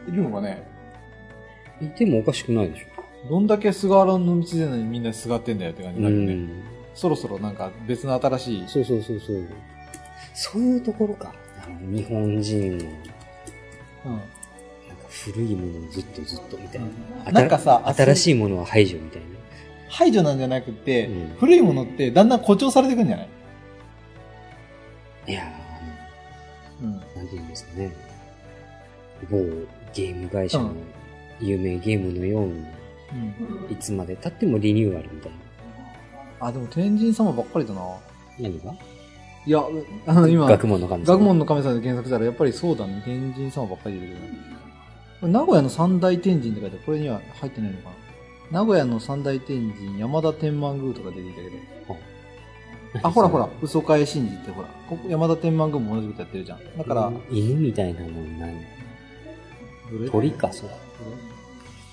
A: いるのかね。
B: いてもおかしくないでしょ。
A: どんだけ菅原の道でにみんなすがってんだよって感じ
B: う
A: だけどね。
B: ん。
A: そろそろなんか別の新しい
B: そうそうそうそう。そういうところか。あの日本人の
A: う
B: なんか古いものをずっとずっとみたいな。
A: ん、なんかさ、
B: 新
A: い。
B: しいものは排除みたいな。
A: 排除なんじゃなくて、
B: うん
A: 古いものってだんだん誇張されてくんじゃない
B: いや
A: うん。
B: ー、なんて言うんですかね。某ゲーム会社の有名ゲームのように、
A: うん。
B: いつまで経ってもリニューアルみたいな。
A: あ、でも天神様ばっかりだな。
B: 何が
A: いや、あの今、
B: 学問の神様。
A: 学問の神様で検索したらやっぱりそうだね。天神様ばっかり出てくるな。これ名古屋の三大天神って書いてある。これには入ってないのかな。名古屋の三大天神、山田天満宮とか出てきたけど。あ、ほらほら、嘘替え神事ってほら。ここ山田天満宮も同じことやってるじゃん。だ
B: だ
A: から、、
B: 犬みたいなもんない。
A: どれ
B: 鳥か、そ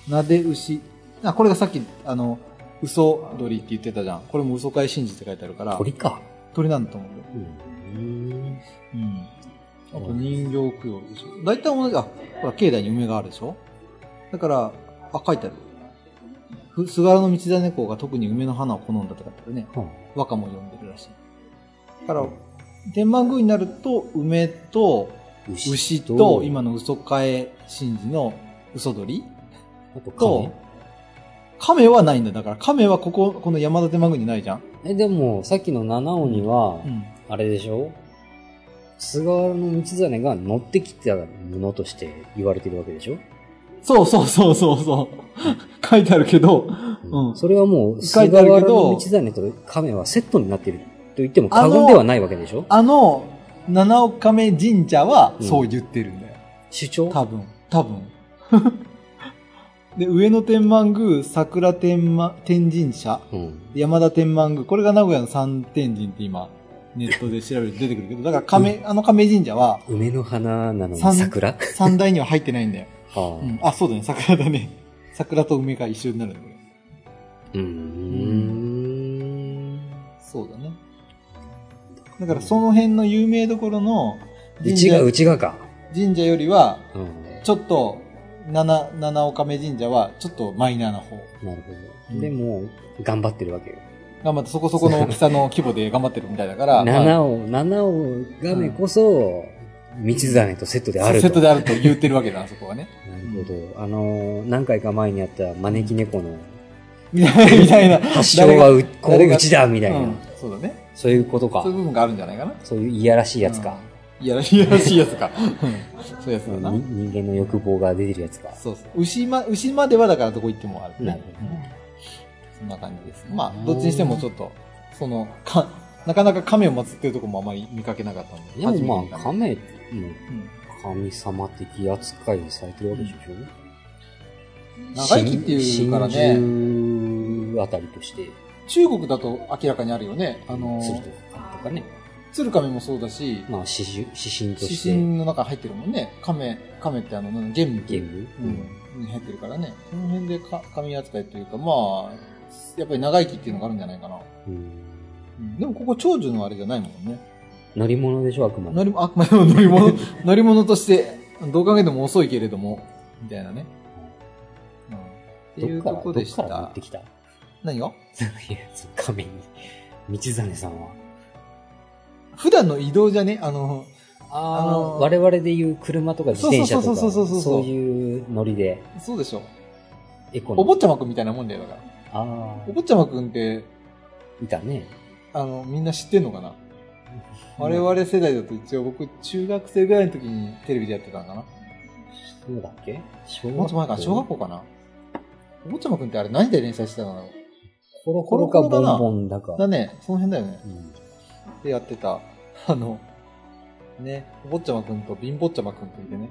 B: う。
A: なで牛。あ、これがさっき、あの、嘘鳥って言ってたじゃん。これも嘘飼い神事って書いてあるから、
B: 鳥か。
A: 鳥なんだと思うよ。
B: うん。
A: うん。あと人形供養でしょ。大体同じ、あ、ほら、境内に梅があるでしょだから、あ、書いてある。ふ菅原道真公が特に梅の花を好んだって書いてあるね。
B: うん。
A: 和歌も読んでるらしい。だから、天満宮になると、梅と、牛と、今の嘘替え神事の嘘鳥
B: あと
A: と
B: 亀、
A: 亀はないんだ。だから、亀はここ、この山田天満宮にないじゃん。
B: え、でも、さっきの七鬼は
A: う、ん。
B: あれでしょ菅原道真が乗ってきたものとして言われてるわけでしょ、
A: そうそうそうそうそう。 書いてあるけど、うん
B: それはもう、
A: 書
B: 菅
A: いてある
B: 原
A: けど
B: 道真と亀はセットになっていると言っても過言ではないわけでしょ
A: あの、七尾亀神社はそう言ってるんだよ。
B: 主張
A: 多分。多分。 で、上野天満宮、桜天満、天神社、
B: うん。
A: 山田天満宮、これが名古屋の三天神って今、ネットで調べると出てくるけど、だから亀、あの亀神社は、
B: 梅の花なのに
A: 三
B: 桜
A: 三大には入ってないんだよ。
B: ああ
A: うん。あ、そうだね、桜だね。桜と梅が一緒になるんだよ。
B: うーん。
A: そうだね。だからその辺の有名どころの
B: で
A: 神社
B: 違う、違うか。
A: 神社よりは、
B: うん。
A: ちょっと、七、七岡目神社は、ちょっとマイナーな方。
B: なるほ
A: う
B: ど。
A: ん
B: でも、頑張ってるわけよ。
A: 頑張って、そこそこの大きさの規模で頑張ってるみたいだから、
B: 七尾、七尾亀こそ、道真とセットで
A: ま
B: あ
A: あ
B: る
A: セット
B: と。
A: であると言ってるわけ だ、そこはね。
B: なるほど。あのー、何回か前にあった招き猫の
A: みた いなみたいな。
B: 発祥はう、こ
A: 誰
B: う、
A: が
B: うちだみたい
A: うん
B: な。
A: そうだね。
B: そういうことか
A: そうい。う部分があるんじゃないかな。
B: そういういやらしいやつか。
A: うん。いやらいやらしいやつか。うんそういうやつだな
B: に。人間の欲望が出てるやつか。
A: そうそう。牛ま、牛まではだからどこ行ってもある
B: なる
A: ね。
B: ほどね。
A: そんな感じです。まあ、どっちにしてもちょっと、その、か、なかなか亀を祀ってるとこもあまり見かけなかったので。初め
B: でも
A: て見た
B: まあ、
A: ね
B: 亀
A: う
B: も
A: ん
B: 神様的扱いされてるわけでしょ
A: 長生きっていうからね、
B: 真珠あたりとして、
A: 中国だと明らかにあるよね。あの、
B: 鶴とかね。
A: 鶴亀もそうだし、
B: まあ、指針指針と
A: 指
B: して。
A: 針の中に入ってるもんね。亀、亀ってあの、なんだゲームっていう。
B: ム
A: うん。に入ってるからね。その辺でか神扱いというか、まあ、やっぱり長生きっていうのがあるんじゃないかな。
B: うん
A: うんでもここ長寿のあれじゃないもんね。
B: 乗り物でしょ、あくま
A: 乗
B: で。
A: り、 あ、まあ乗り物、乗り物として、どう考えても遅いけれども、みたいなね。うん。っていうと
B: どっか
A: こ
B: ら、ど
A: で
B: っ
A: し
B: から持
A: た
B: って。きたい
A: 何が
B: や、亀に。道真さんは。
A: 普段の移動じゃね、あの、
B: あ
A: の
B: の、我々でいう車とか自転車と
A: そう
B: か、
A: そうそうそうそうそう
B: そういうノリで、
A: そうでしょ。
B: エコの。
A: お坊ちゃまくんみたいなもんだよ、だから。
B: あ
A: お坊ちゃまくんって、
B: あ、いたね。
A: あの、みんな知ってんのかな我々世代だと一応僕、中学生ぐらいの時にテレビでやってたのかな
B: そうだっけ小
A: もっと前かな、小学校かなお坊ちゃまくんってあれ何で連載してたの
B: コロコロか
A: コロコ
B: ボ
A: ロだな
B: ンボンだか。
A: だね、その辺だよね
B: う。ん
A: でやってた、あの、ね、お坊ちゃまくんと貧乏ちゃまくんといてね、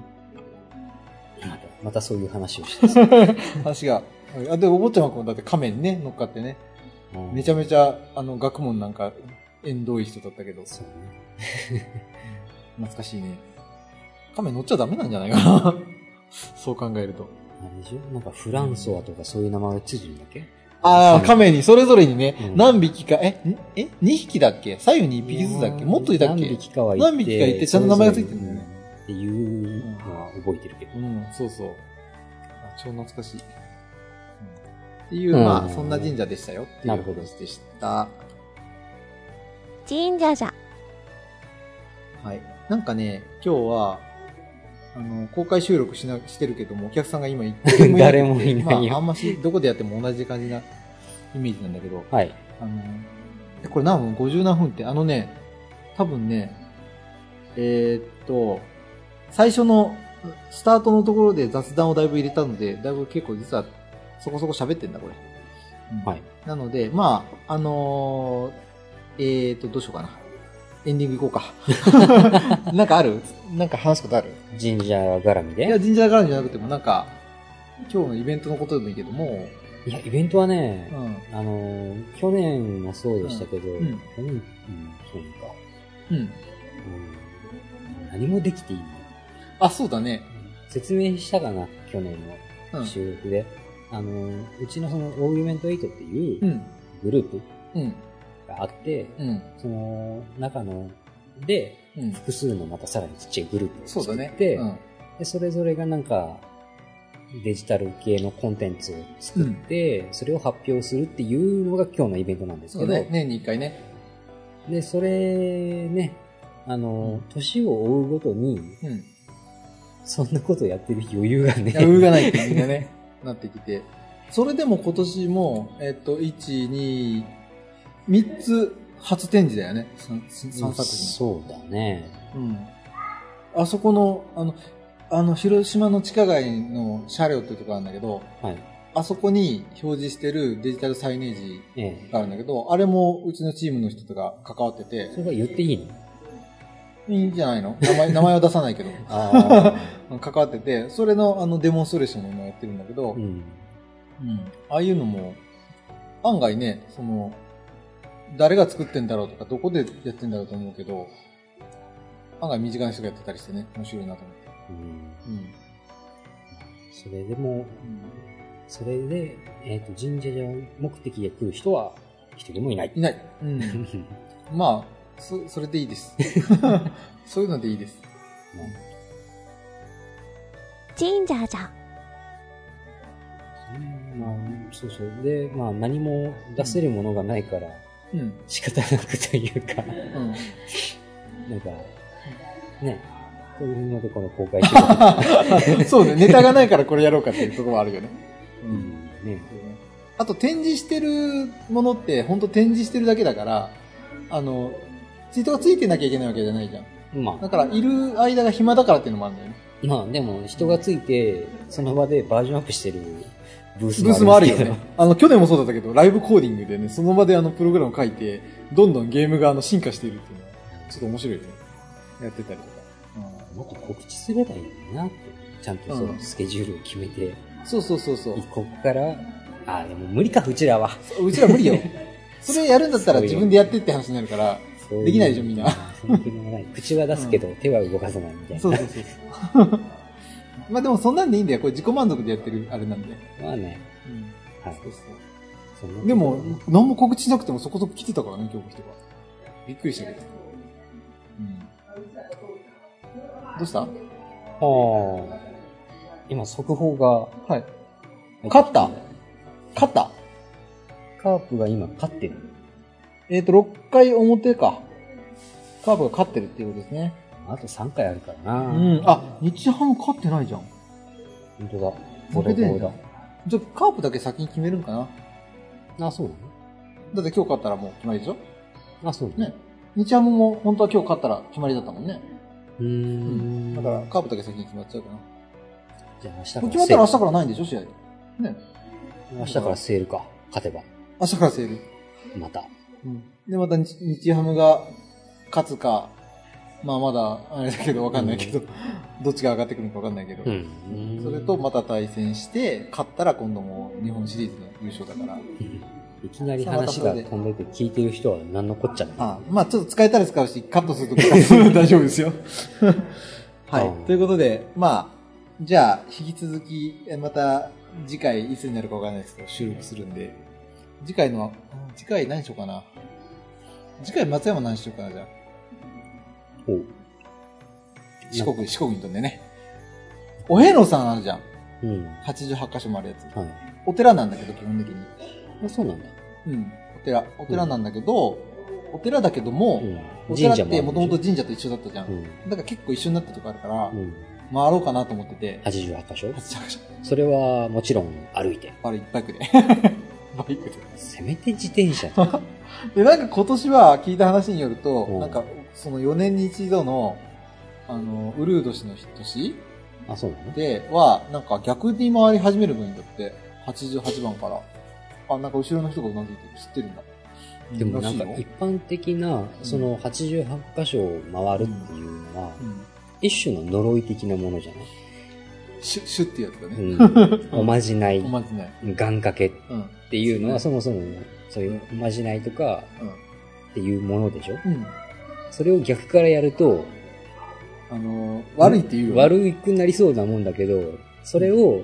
B: またまたそういう話をしてた
A: 話が、あ、で、お坊ちゃまくんだって亀にね、乗っかってね、
B: うん
A: めちゃめちゃ、あの、学問なんか、縁遠い人だったけど、
B: そうね。
A: 懐かしいね。亀乗っちゃダメなんじゃないかな そう考えると。
B: あれでしょなんかフランソワとかそういう名前がついてるんだっけ
A: ああ、亀に、それぞれにね、
B: うん
A: 何匹か、え、んえ、2匹だっけ左右に1匹ずつだっけもっといたっ
B: 何
A: け
B: 匹かはいて。
A: 何匹かいてちゃんと名前がついてるんだよね
B: それぞれにうんっていうのは覚えてるけど。
A: うん、そうそう。あ超懐かしい。うんっていう、
B: うん
A: まあ、そんな神社でしたよってい
B: な
A: う
B: るほど
A: 話でした。
C: 神社じゃ。
A: はい。なんかね、今日は、あの、公開収録しな、してるけども、お客さんが今一人もいなくて
B: 誰もいないよ
A: まあ、あんまし、どこでやっても同じ感じなイメージなんだけど、
B: はい。
A: あの、えこれ何分 ?50 何分って、あのね、多分ね、えーっと、最初のスタートのところで雑談をだいぶ入れたので、だいぶ結構実はそこそこ喋ってんだ、これ。うん
B: はい。
A: なので、まあ、あのーえーっと、どうしようかな。エンディングいこうか。なん かあるなんか話すことある
B: 神社絡みで。
A: いや、神社絡みじゃなくても、なんか、今日のイベントのことでもいいけども、
B: いや、イベントはね、
A: うん。
B: あのー、去年もそうでしたけど、
A: うんうん
B: 去年、うん、そうか、
A: うん。
B: うん。何もできていない。
A: あ、そうだね。
B: 説明したかな、去年
A: う
B: の
A: ん。。
B: 収録で。あのー、うちのその、オーギュメント8っていううんグループ
A: うん。
B: があって、
A: うん。
B: その中ので、
A: うん。
B: 複数のまたさらにちっちゃいグループを
A: そう
B: 作
A: だ
B: っ
A: ね。
B: て、
A: うん。
B: でそれぞれがなんか、デジタル系のコンテンツを作って、それを発表するっていうのが今日のイベントなんです
A: そ
B: け
A: う
B: ど、
A: だね。年に一回ね。
B: で、それね、あの、年を追うごとに、
A: うん。
B: そんなことやってる余裕がね、
A: 余裕がないって感じがね、 なってきて。それでも今年も、えっと、1、2、3つ初展示だよね。3,
B: うん
A: 作品。
B: そうだね。
A: うん。あそこの、あの、あの、広島の地下街の車両っていうところなんだけど、
B: はい。
A: あそこに表示してるデジタルサイネージ
B: ええ。
A: があるんだけど、あれもうちのチームの人とか関わってて
B: そ、れが言っていいの
A: いいんじゃないの名前、名前は出さないけど、
B: ああ。
A: 関わってて、それのあのデモンストレーションも今やってるんだけど、
B: うん。
A: うん、ああいうのも、案外ね、その、誰が作ってんだろうとか、どこでやってんだろうと思うけど、案外身近な人がやってたりしてね、面白いなと思って。
B: うん
A: うん。
B: それでも、それで、えっ、と、神社目的で来る人は一人もいない。
A: いない。 うん。まあ、そ、それでいいです。 そういうのでいいです。
C: 金吒吒，
B: まあ、そうそう。で、まあ、何も出せるものがないから、
A: うん。
B: 仕方なくというか、
A: うん。
B: なんか、ね、こういうのでこの公開してると
A: そうね、ネタがないからこれやろうかっていうところもあるよね。う
B: いい。 ね。
A: あと展示してるものって、本当展示してるだけだから、あの、ツイートがついてなきゃいけないわけじゃないじゃん。
B: ま
A: だから、いる間が暇だからっていうのもあるんだよね。
B: あ、まあ、でも人がついて、その場でバージョンアップしてるブース
A: ブースもあるよ
B: んです
A: ね。 あの、去年もそうだったけど、ライブコーディングでね、その場であの、プログラム書いて、どんどんゲームがあの、進化しているっていうのは、ちょっと面白いよね。やってたりとか。
B: けどもっと告知すればいいのになって。ちゃんとそうの
A: ん
B: スケジュールを決めて、
A: そうそうそうそう
B: 一。ここから、ああ、でも無理か、うちらは。
A: うちら無 理よ。それやるんだったら
B: そうよ
A: 自分でやってって話になるから。
B: そうう
A: できないでしょみんな。
B: その気 もない口は出すけど、手は動かさないみたいな。
A: そうそうそうそう。 まあでもそんなんでいいんだよ。これ自己満足でやってるあれなんで。
B: まあね。
A: うん
B: はい
A: そうそ
B: そんなこ
A: う
B: と
A: でも、何も告知しなくてもそこそこ来てたからね、今日の人が。びっくりしたけど。うん。どうした
B: ああ。今、速報が、
A: はい。勝った勝った
B: カープが今勝ってる。
A: えっ、と、6回表か。カープが勝ってるっていうことですね。
B: あと3回あるからな。
A: うん。あ、日ハム勝ってないじゃん。
B: 本当だ。
A: 負
B: ボ
A: け
B: ロ
A: て
B: ボ
A: ん
B: ロ
A: じゃん。じゃあ、カープだけ先に決めるんかな
B: だ。あ、そうな
A: だって今日勝ったらもう決まりでしょ
B: のあ、そうなの
A: ね。日ハムも本当は今日勝ったら決まりだったもんね。
B: うーん。
A: だから、、カープだけ先に決まっちゃうかな。
B: じゃあ明日か
A: こ
B: ら。
A: れ決まったら明日からないんでしょ試合。ね。
B: 明日からセールか。勝てば。
A: 明日からセール。
B: また。
A: で、また日日ハムが勝つか、まあまだ、あれだけどわかんないけど、どっちが上がってくるのかわかんないけど、
B: うん。
A: それとまた対戦して、勝ったら今度も日本シリーズの優勝だから、
B: いきなり話が飛んでて聞いてる人は何のこっちゃない。
A: あまあちょっと使えたら使うし、カットするときカットする の大丈夫ですよ。は
B: うん
A: い。ということで、まあ、じゃあ、引き続き、えまた次回いつになるかわかんないですけど、収録するんで、次回の、次回何しようかな。次回松山何しようかな、じゃあ。
B: おう
A: 四国、四国に飛んでね。お遍路さんあるじゃん。
B: うん。は
A: 88箇所もあるやつ。
B: い。
A: お寺なんだけど、基本的に。
B: あそうなんだ。
A: うん。お寺。お寺なんだけど、お寺だけども、
B: う
A: お
B: ん。
A: 寺
B: 神社
A: ってもともと
B: あるでし
A: 神社と一緒だったじゃん。
B: ょ
A: だから結構一緒になったとこあるから、
B: う
A: 回
B: ん。うん。
A: ろうかなと思ってて、
B: 88箇所
A: 88箇所。
B: それはもちろん歩いて。
A: あれ、バイクで。 バイクで。
B: せめて自 転車とか。
A: で、なんか今年は聞いた話によると、
B: うん
A: なんか、その4年に一度の、あの、ウルー年の年
B: あ、そうなの
A: で、は、なんか逆に回り始める分にだって、88番から。あ、なんか後ろの人がうなずいてる知ってるんだ。
B: でもなんか
A: らしい
B: 一
A: よ
B: 般的な、その88箇所を回るっていうのは
A: う、ん。
B: 一種の呪い的なものじゃない
A: シュッ、シュッっていうやつだ ね。
B: うん。おまじない
A: お、まじない。
B: 願掛けっ
A: うん。うん。
B: ていうのはそもそも、そういうおまじないとかっていうものでしょ
A: うん。
B: それを逆からやると、
A: あのー、悪いって言うよ、ね。
B: 悪くなりそうなもんだけど、それを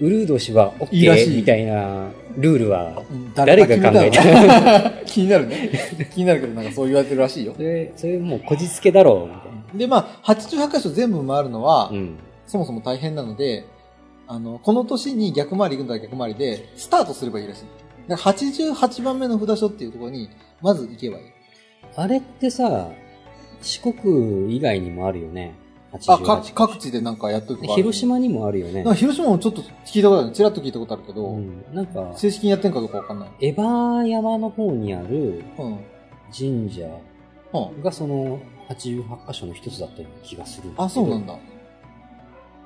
B: ウルード氏は OK
A: いいらしい
B: みたいなルールは
A: うん
B: 誰が考え
A: 決
B: た
A: めたの気になる ね。気になるけど、なんかそう言われてるらしいよ
B: そ。れ、それもうこじつけだろう、みたいな。
A: で、まあ、88箇所全部回るのは、
B: うん。
A: そもそも大変なので、あの、この年に逆回り行くんだったら逆回りで、スタートすればいいらしい。だから88番目の札所っていうところに、まず行けばいい。
B: あれってさ、四国以外にもあるよね。
A: あ、各
B: 88
A: 各地でなんかやっとく
B: で広島にもあるよね
A: なん。か広島もちょっと聞いたことある。ちらっと聞いたことあるけど、
B: うん。なんか、
A: 正式にやってんかどうかわかんない。
B: エバー山の方にある
A: うん。うん。
B: 神社がその88箇所の一つだったような気がするだけど
A: あ、そうなん。だ。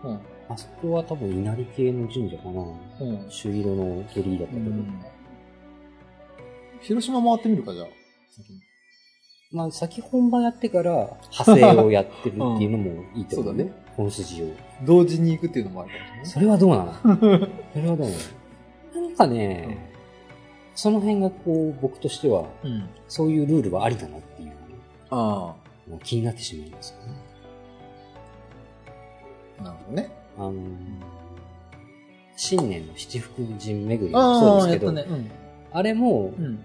A: うん。
B: あそこは多分稲荷系の神社かな。
A: うん。
B: 朱色の鳥居だったけど。
A: 広島回ってみるか、じゃあ。先に
B: まあ、先本番やってから派生をやってるっていうのもいいと思う、
A: うんそうだね。
B: 本筋を。
A: 同時に行くっていうのもあるかもし
B: それはどうなの それはどうなの何かね、その辺がこう、僕としては、
A: れない。うん。
B: そういうルールはありだなっていう
A: あ
B: のが気になってしまいますよね。
A: あ。なるほどね。
B: あのー、新年の七福神巡りもそう
A: ああ、
B: です
A: や
B: け
A: っ
B: ど、
A: たね。うん。
B: あれも、
A: うん。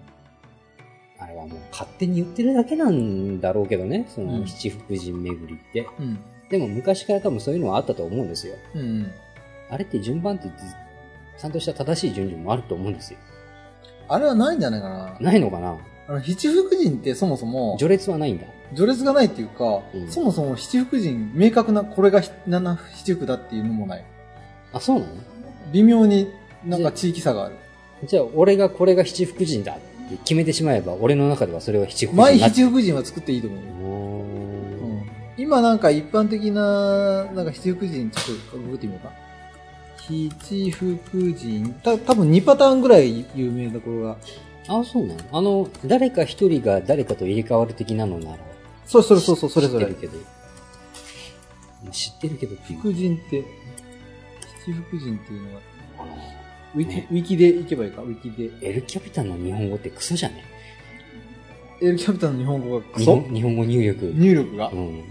B: あれはもう勝手に言ってるだけなんだろうけどね、そうの
A: ん
B: 七福神巡りって。
A: うん。
B: でも昔から多分そういうのはあったと思うんですよ。
A: うん。
B: あれって順番ってず、ちゃんとした正しい順序もあると思うんですよ。
A: あれはないんじゃないかな。
B: ないのかな
A: あの、七福神ってそもそも、
B: 序列はないんだ。
A: 序列がないっていうか、
B: うん
A: そもそも七福神、明確なこれがひ七七福だっていうのもない。
B: あ、そうなの
A: 微妙になんか地域差がある。
B: じゃあ、俺がこれが七福神だって決めてしまえば、俺の中ではそれは七福神
A: 前
B: だって。
A: 七福神は作っていいと思うよ。
B: おー
A: 今なんか一般的な、なんか七福神、ちょっと覚えてみようか。七福神、た多分2パターンぐらい有名なところが。
B: あ、そうなのあの、誰か一人が誰かと入れ替わる的なのなら。
A: そうそうそうそう、それぞ
B: 知
A: れ
B: っ。てるけど。知ってるけどっていう
A: 福神って、七福神っていうのは、
B: あの
A: ウィキ、
B: ね
A: ウィキでいけばいいか、ウィキで。
B: エルキャピタンの日本語ってクソじゃね
A: エルキャピタンの日本語がク
B: 日
A: ソ
B: 本日本語入力。
A: 入力が
B: う。ん。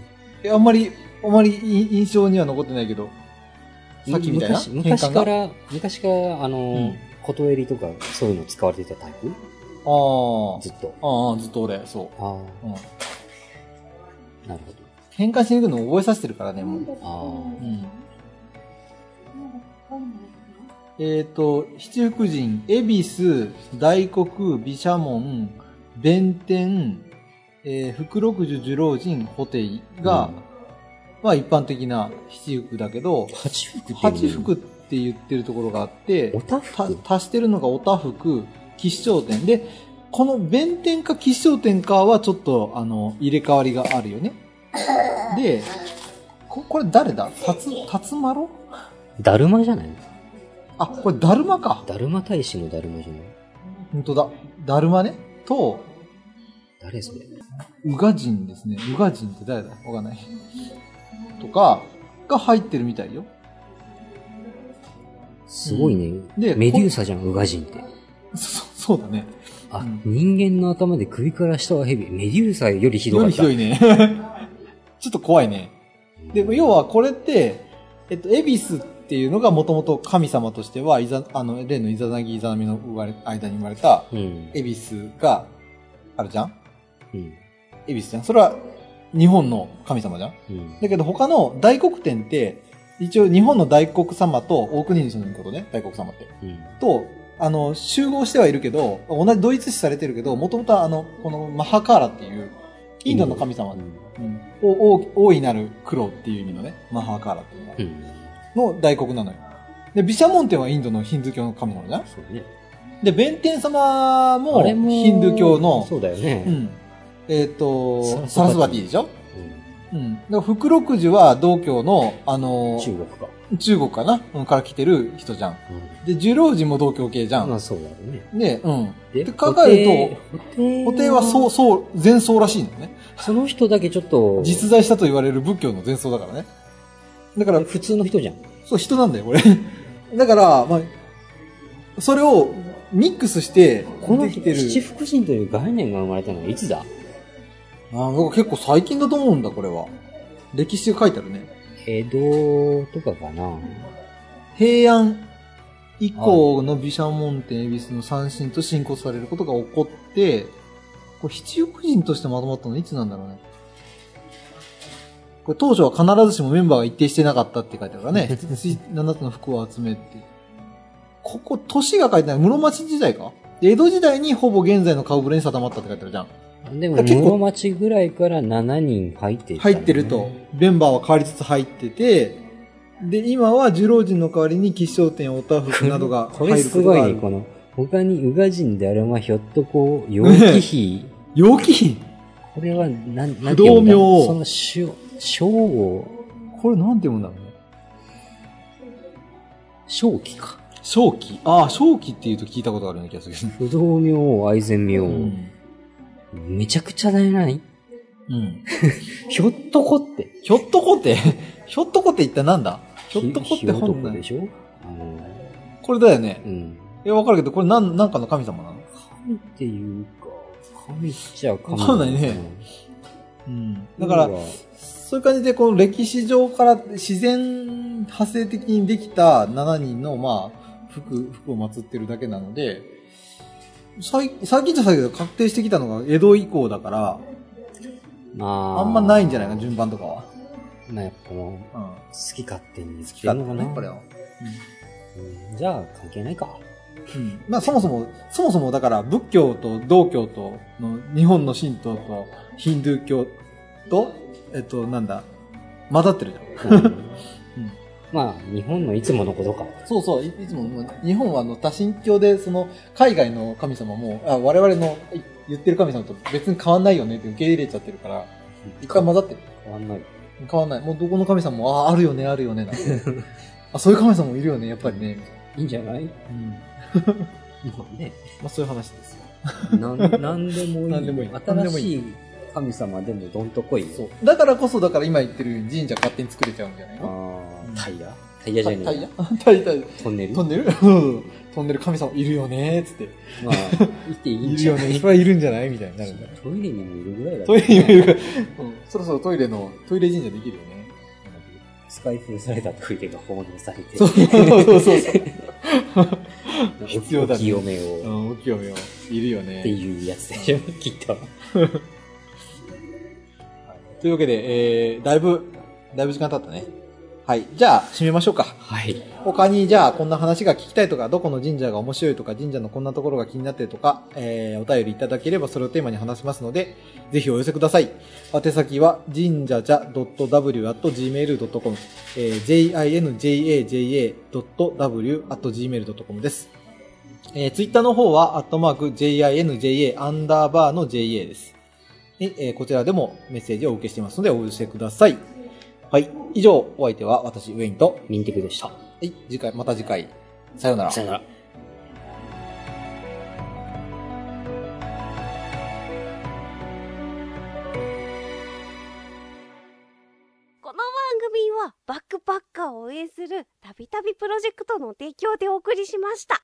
A: えあんまり、あんまりい印象には残ってないけど、さっきみたいな
B: 昔昔
A: 変換が
B: か
A: あ
B: ら、昔から、あの、
A: うん
B: ことえりとかそういうの使われてたタイ
A: あ
B: プずっと。
A: ああ、ずっと俺、そ
B: ああ、
A: う。うん、
B: なるほ
A: 変換していくのを覚えさせてるからね、もう。
B: ど。あ
A: うんえっ、と、七福神、恵比寿、大黒、毘沙門、弁天、えー福禄寿、寿老人、布袋が、
B: うん
A: まあ一般的な七福だけど
B: あ。、八福っていうの
A: 八福って言ってるところがあって
B: お、
A: た
B: たふく
A: 足してるのがおたふく、吉祥天。で、この弁天か吉祥天かはちょっと、あの、入れ替わりがあるよね。で、ここれ誰だたつ、たつまろ
B: だるまじゃない
A: あ、これだるまか。
B: だるま大使のだるまじゃない
A: 本当だ。だるまね。と、
B: 誰それ
A: うが人ですね。うが人って誰だわかんない。とか、が入ってるみたいよ。
B: すごいね。
A: で
B: メデューサじゃん、ウガジンって。
A: そ、 そうだね。
B: あ、
A: うん
B: 人間の頭で首から下はヘビ。メデューサよりひど
A: よ
B: かっ
A: り
B: た。
A: ひどいね。 ちょっと怖いね。で、要はこれって、えっと、エビスっていうのがもともと神様としては、いざ、あの、例のイザナギイザナミの生まれ間に生まれた、
B: うん。
A: エビスがあるじゃん
B: うん。
A: エビスじゃんそれは日本の神様じゃん
B: うん。
A: だけど他の大黒天って、一応日本の大黒様と大国主のことね、大黒様って。
B: うん
A: と、あの、集合してはいるけど、同じドイツ視されてるけど、もともとはあの、このマハカーラっていう、インドの神様、
B: うん
A: うんお大大いなる苦労っていう意味のね、マハカーラっていうのが
B: うん。
A: の大黒なのよ。で、毘沙門天はインドのヒンドゥー教の神様じゃん
B: そうね。
A: で、弁天様も
B: あれも
A: ヒンドゥー教の、
B: そうだよ
A: う
B: ね。
A: ん、えっ、と、
B: サ
A: サ
B: ラ
A: ラ
B: ス
A: ス
B: バ
A: バ
B: テ
A: テ
B: ィ
A: ィでしょ
B: うん
A: うん。だから福禄寿は道教の、あの、
B: 中国か。
A: 中国かなうんから来てる人じゃん。
B: うん
A: で、寿老人も同教系じゃ
B: まあ
A: ん。
B: そうだろうね。
A: で、うん。
B: で
A: で考える
B: と、布袋
A: と、布袋はそう、そう、前奏らしいのね。
B: その人だけちょっと、
A: 実在したと言われる仏教の前奏だからね。だから、
B: 普通の人じゃん。
A: そう、人なんだよ、これ。 だから、まあ、それをミックスして
B: この
A: できてる。
B: 七福神という概念が生まれたのはいつだ
A: あなんか結構最近だと思うんだ、これは。歴史が書いてあるね。
B: 江戸とかかな
A: 平安以降の毘沙門天恵比寿の三神と信仰されることが起こって、これ七福神としてまとまったのいつなんだろうね。これ当初は必ずしもメンバーが一定してなかったって書いてある からね。7つの福を集めって。ここ、年が書いてない。室町時代か江戸時代にほぼ現在の顔ぶれに定まったって書いてあるじゃん。
B: でも、
A: だから結構
B: 室町ぐらいから7人入っていったん
A: 入
B: だね
A: ってると。。メンバーは変わりつつ入ってて、で、今は寿老人の代わりに吉祥天、おたふくなどが
B: こ
A: 入
B: れ
A: る
B: す
A: こと
B: ご
A: があ
B: い
A: る
B: ね、。この、他に宇賀神であれば、ひょっとこう、陽気比、
A: 陽気品
B: これは、なん、なん
A: 不動明王
B: その、しょ、正午、
A: これなんて読むんだろうね。
B: 正気か。
A: 正気ああ、正気っていうと聞いたことがあるような気がするけど。
B: 不動明王、愛禅明
A: う
B: 王。。めちゃくちゃだよない
A: うん。
B: ひょっとこって。
A: ひょっとこって、 ひょっとこって一体なんだひょっとこって
B: ひょっと
A: 本
B: こ
A: 来
B: で。しょあの、
A: これだよね
B: う。ん。
A: え、わかるけど、これなん、なんかの神様なの
B: 神っていうか、神っちゃ神。
A: そうだね。うん。だから、
B: ほ
A: そういう感じで、この歴史上から自然派生的にできた7人の、まあ、服、服を祀ってるだけなので、最最近じゃ最近だけど確定してきたのが江戸以降だから、
B: まあ、
A: あんまないんじゃないか、順番とかは。
B: まあ、やっぱも
A: う
B: う、
A: ん。
B: 好き勝手に好
A: 好
B: き
A: きだ
B: な
A: ね
B: のかな、
A: やっぱりは。
B: うんじゃあ、関係ないか。
A: うんまあそもそも、そもそもだから仏教と道教との日本の神道とヒンドゥー教と、えっと、なんだ、混ざってるじゃん。
B: まあ、日本のいつものことか。
A: そうそう、いいつももう日本はあの多神教で、その海外の神様も、あ我々のい言ってる神様と別に変わんないよねって受け入れちゃってるから、一回混ざってる。
B: 変わんない。
A: 変わんない。もうどこの神様も、ああ、あるよね、あるよね、なん てあ、そういう神様もいるよね、やっぱりね、みたい
B: いいんじゃない
A: な。うん。ま
B: まあね。
A: あそういう話ですよ。
B: なん、 なんでもいい。
A: なんでもいい
B: 新しい神様でもどんとこいよ。
A: そう。だからこそ、だから今言ってるように神社勝手に作れちゃうんじゃないの
B: あータイヤタイヤじ
A: タ
B: ゃねえ
A: イタイヤ
B: や。
A: タイタイヤ
B: トンネル
A: 飛んでる うん飛んでる神様いるよねーつって。
B: まあ、いていいん
A: いる
B: じゃ
A: よ
B: な
A: ね。
B: い
A: それはいるんじゃないみたいになるんだよ。
B: トイレにもいるぐらいだ
A: トイレにもいるから、うん、そろそろトイレの、トイレ神社できるよね。
B: スカイフされたトイレが奉納されて、
A: そうそうそうそう。
B: お
A: 必要だね
B: お清め
A: う
B: を、
A: ん、お清めを。いるよ
B: って
A: ね。
B: いうやつで しょ、きっと。
A: というわけで、えー、だいぶ、だいぶ時間経ったね。はい。じゃあ、締めましょうか。
B: はい。
A: 他に、じゃあ、こんな話が聞きたいとか、どこの神社が面白いとか、神社のこんなところが気になってるとか、えー、お便りいただければそれをテーマに話しますので、ぜひお寄せください。宛先は、神社じゃ .w.gmail.com、えー、jinjaja.w.gmail.com です。えー、ツイッターの方は、アットマーク、jinja、アンダーバーの ja です。ええーこちらでもメッセージをお受けしていますので、お寄せください。はい。以上、お相手は私、ウェインと、
B: ミンテクでした。
A: はい、次回、また次回。さようなら。
B: さよなら。
C: この番組はバックパッカーを応援するたびたびプロジェクトの提供でお送りしました。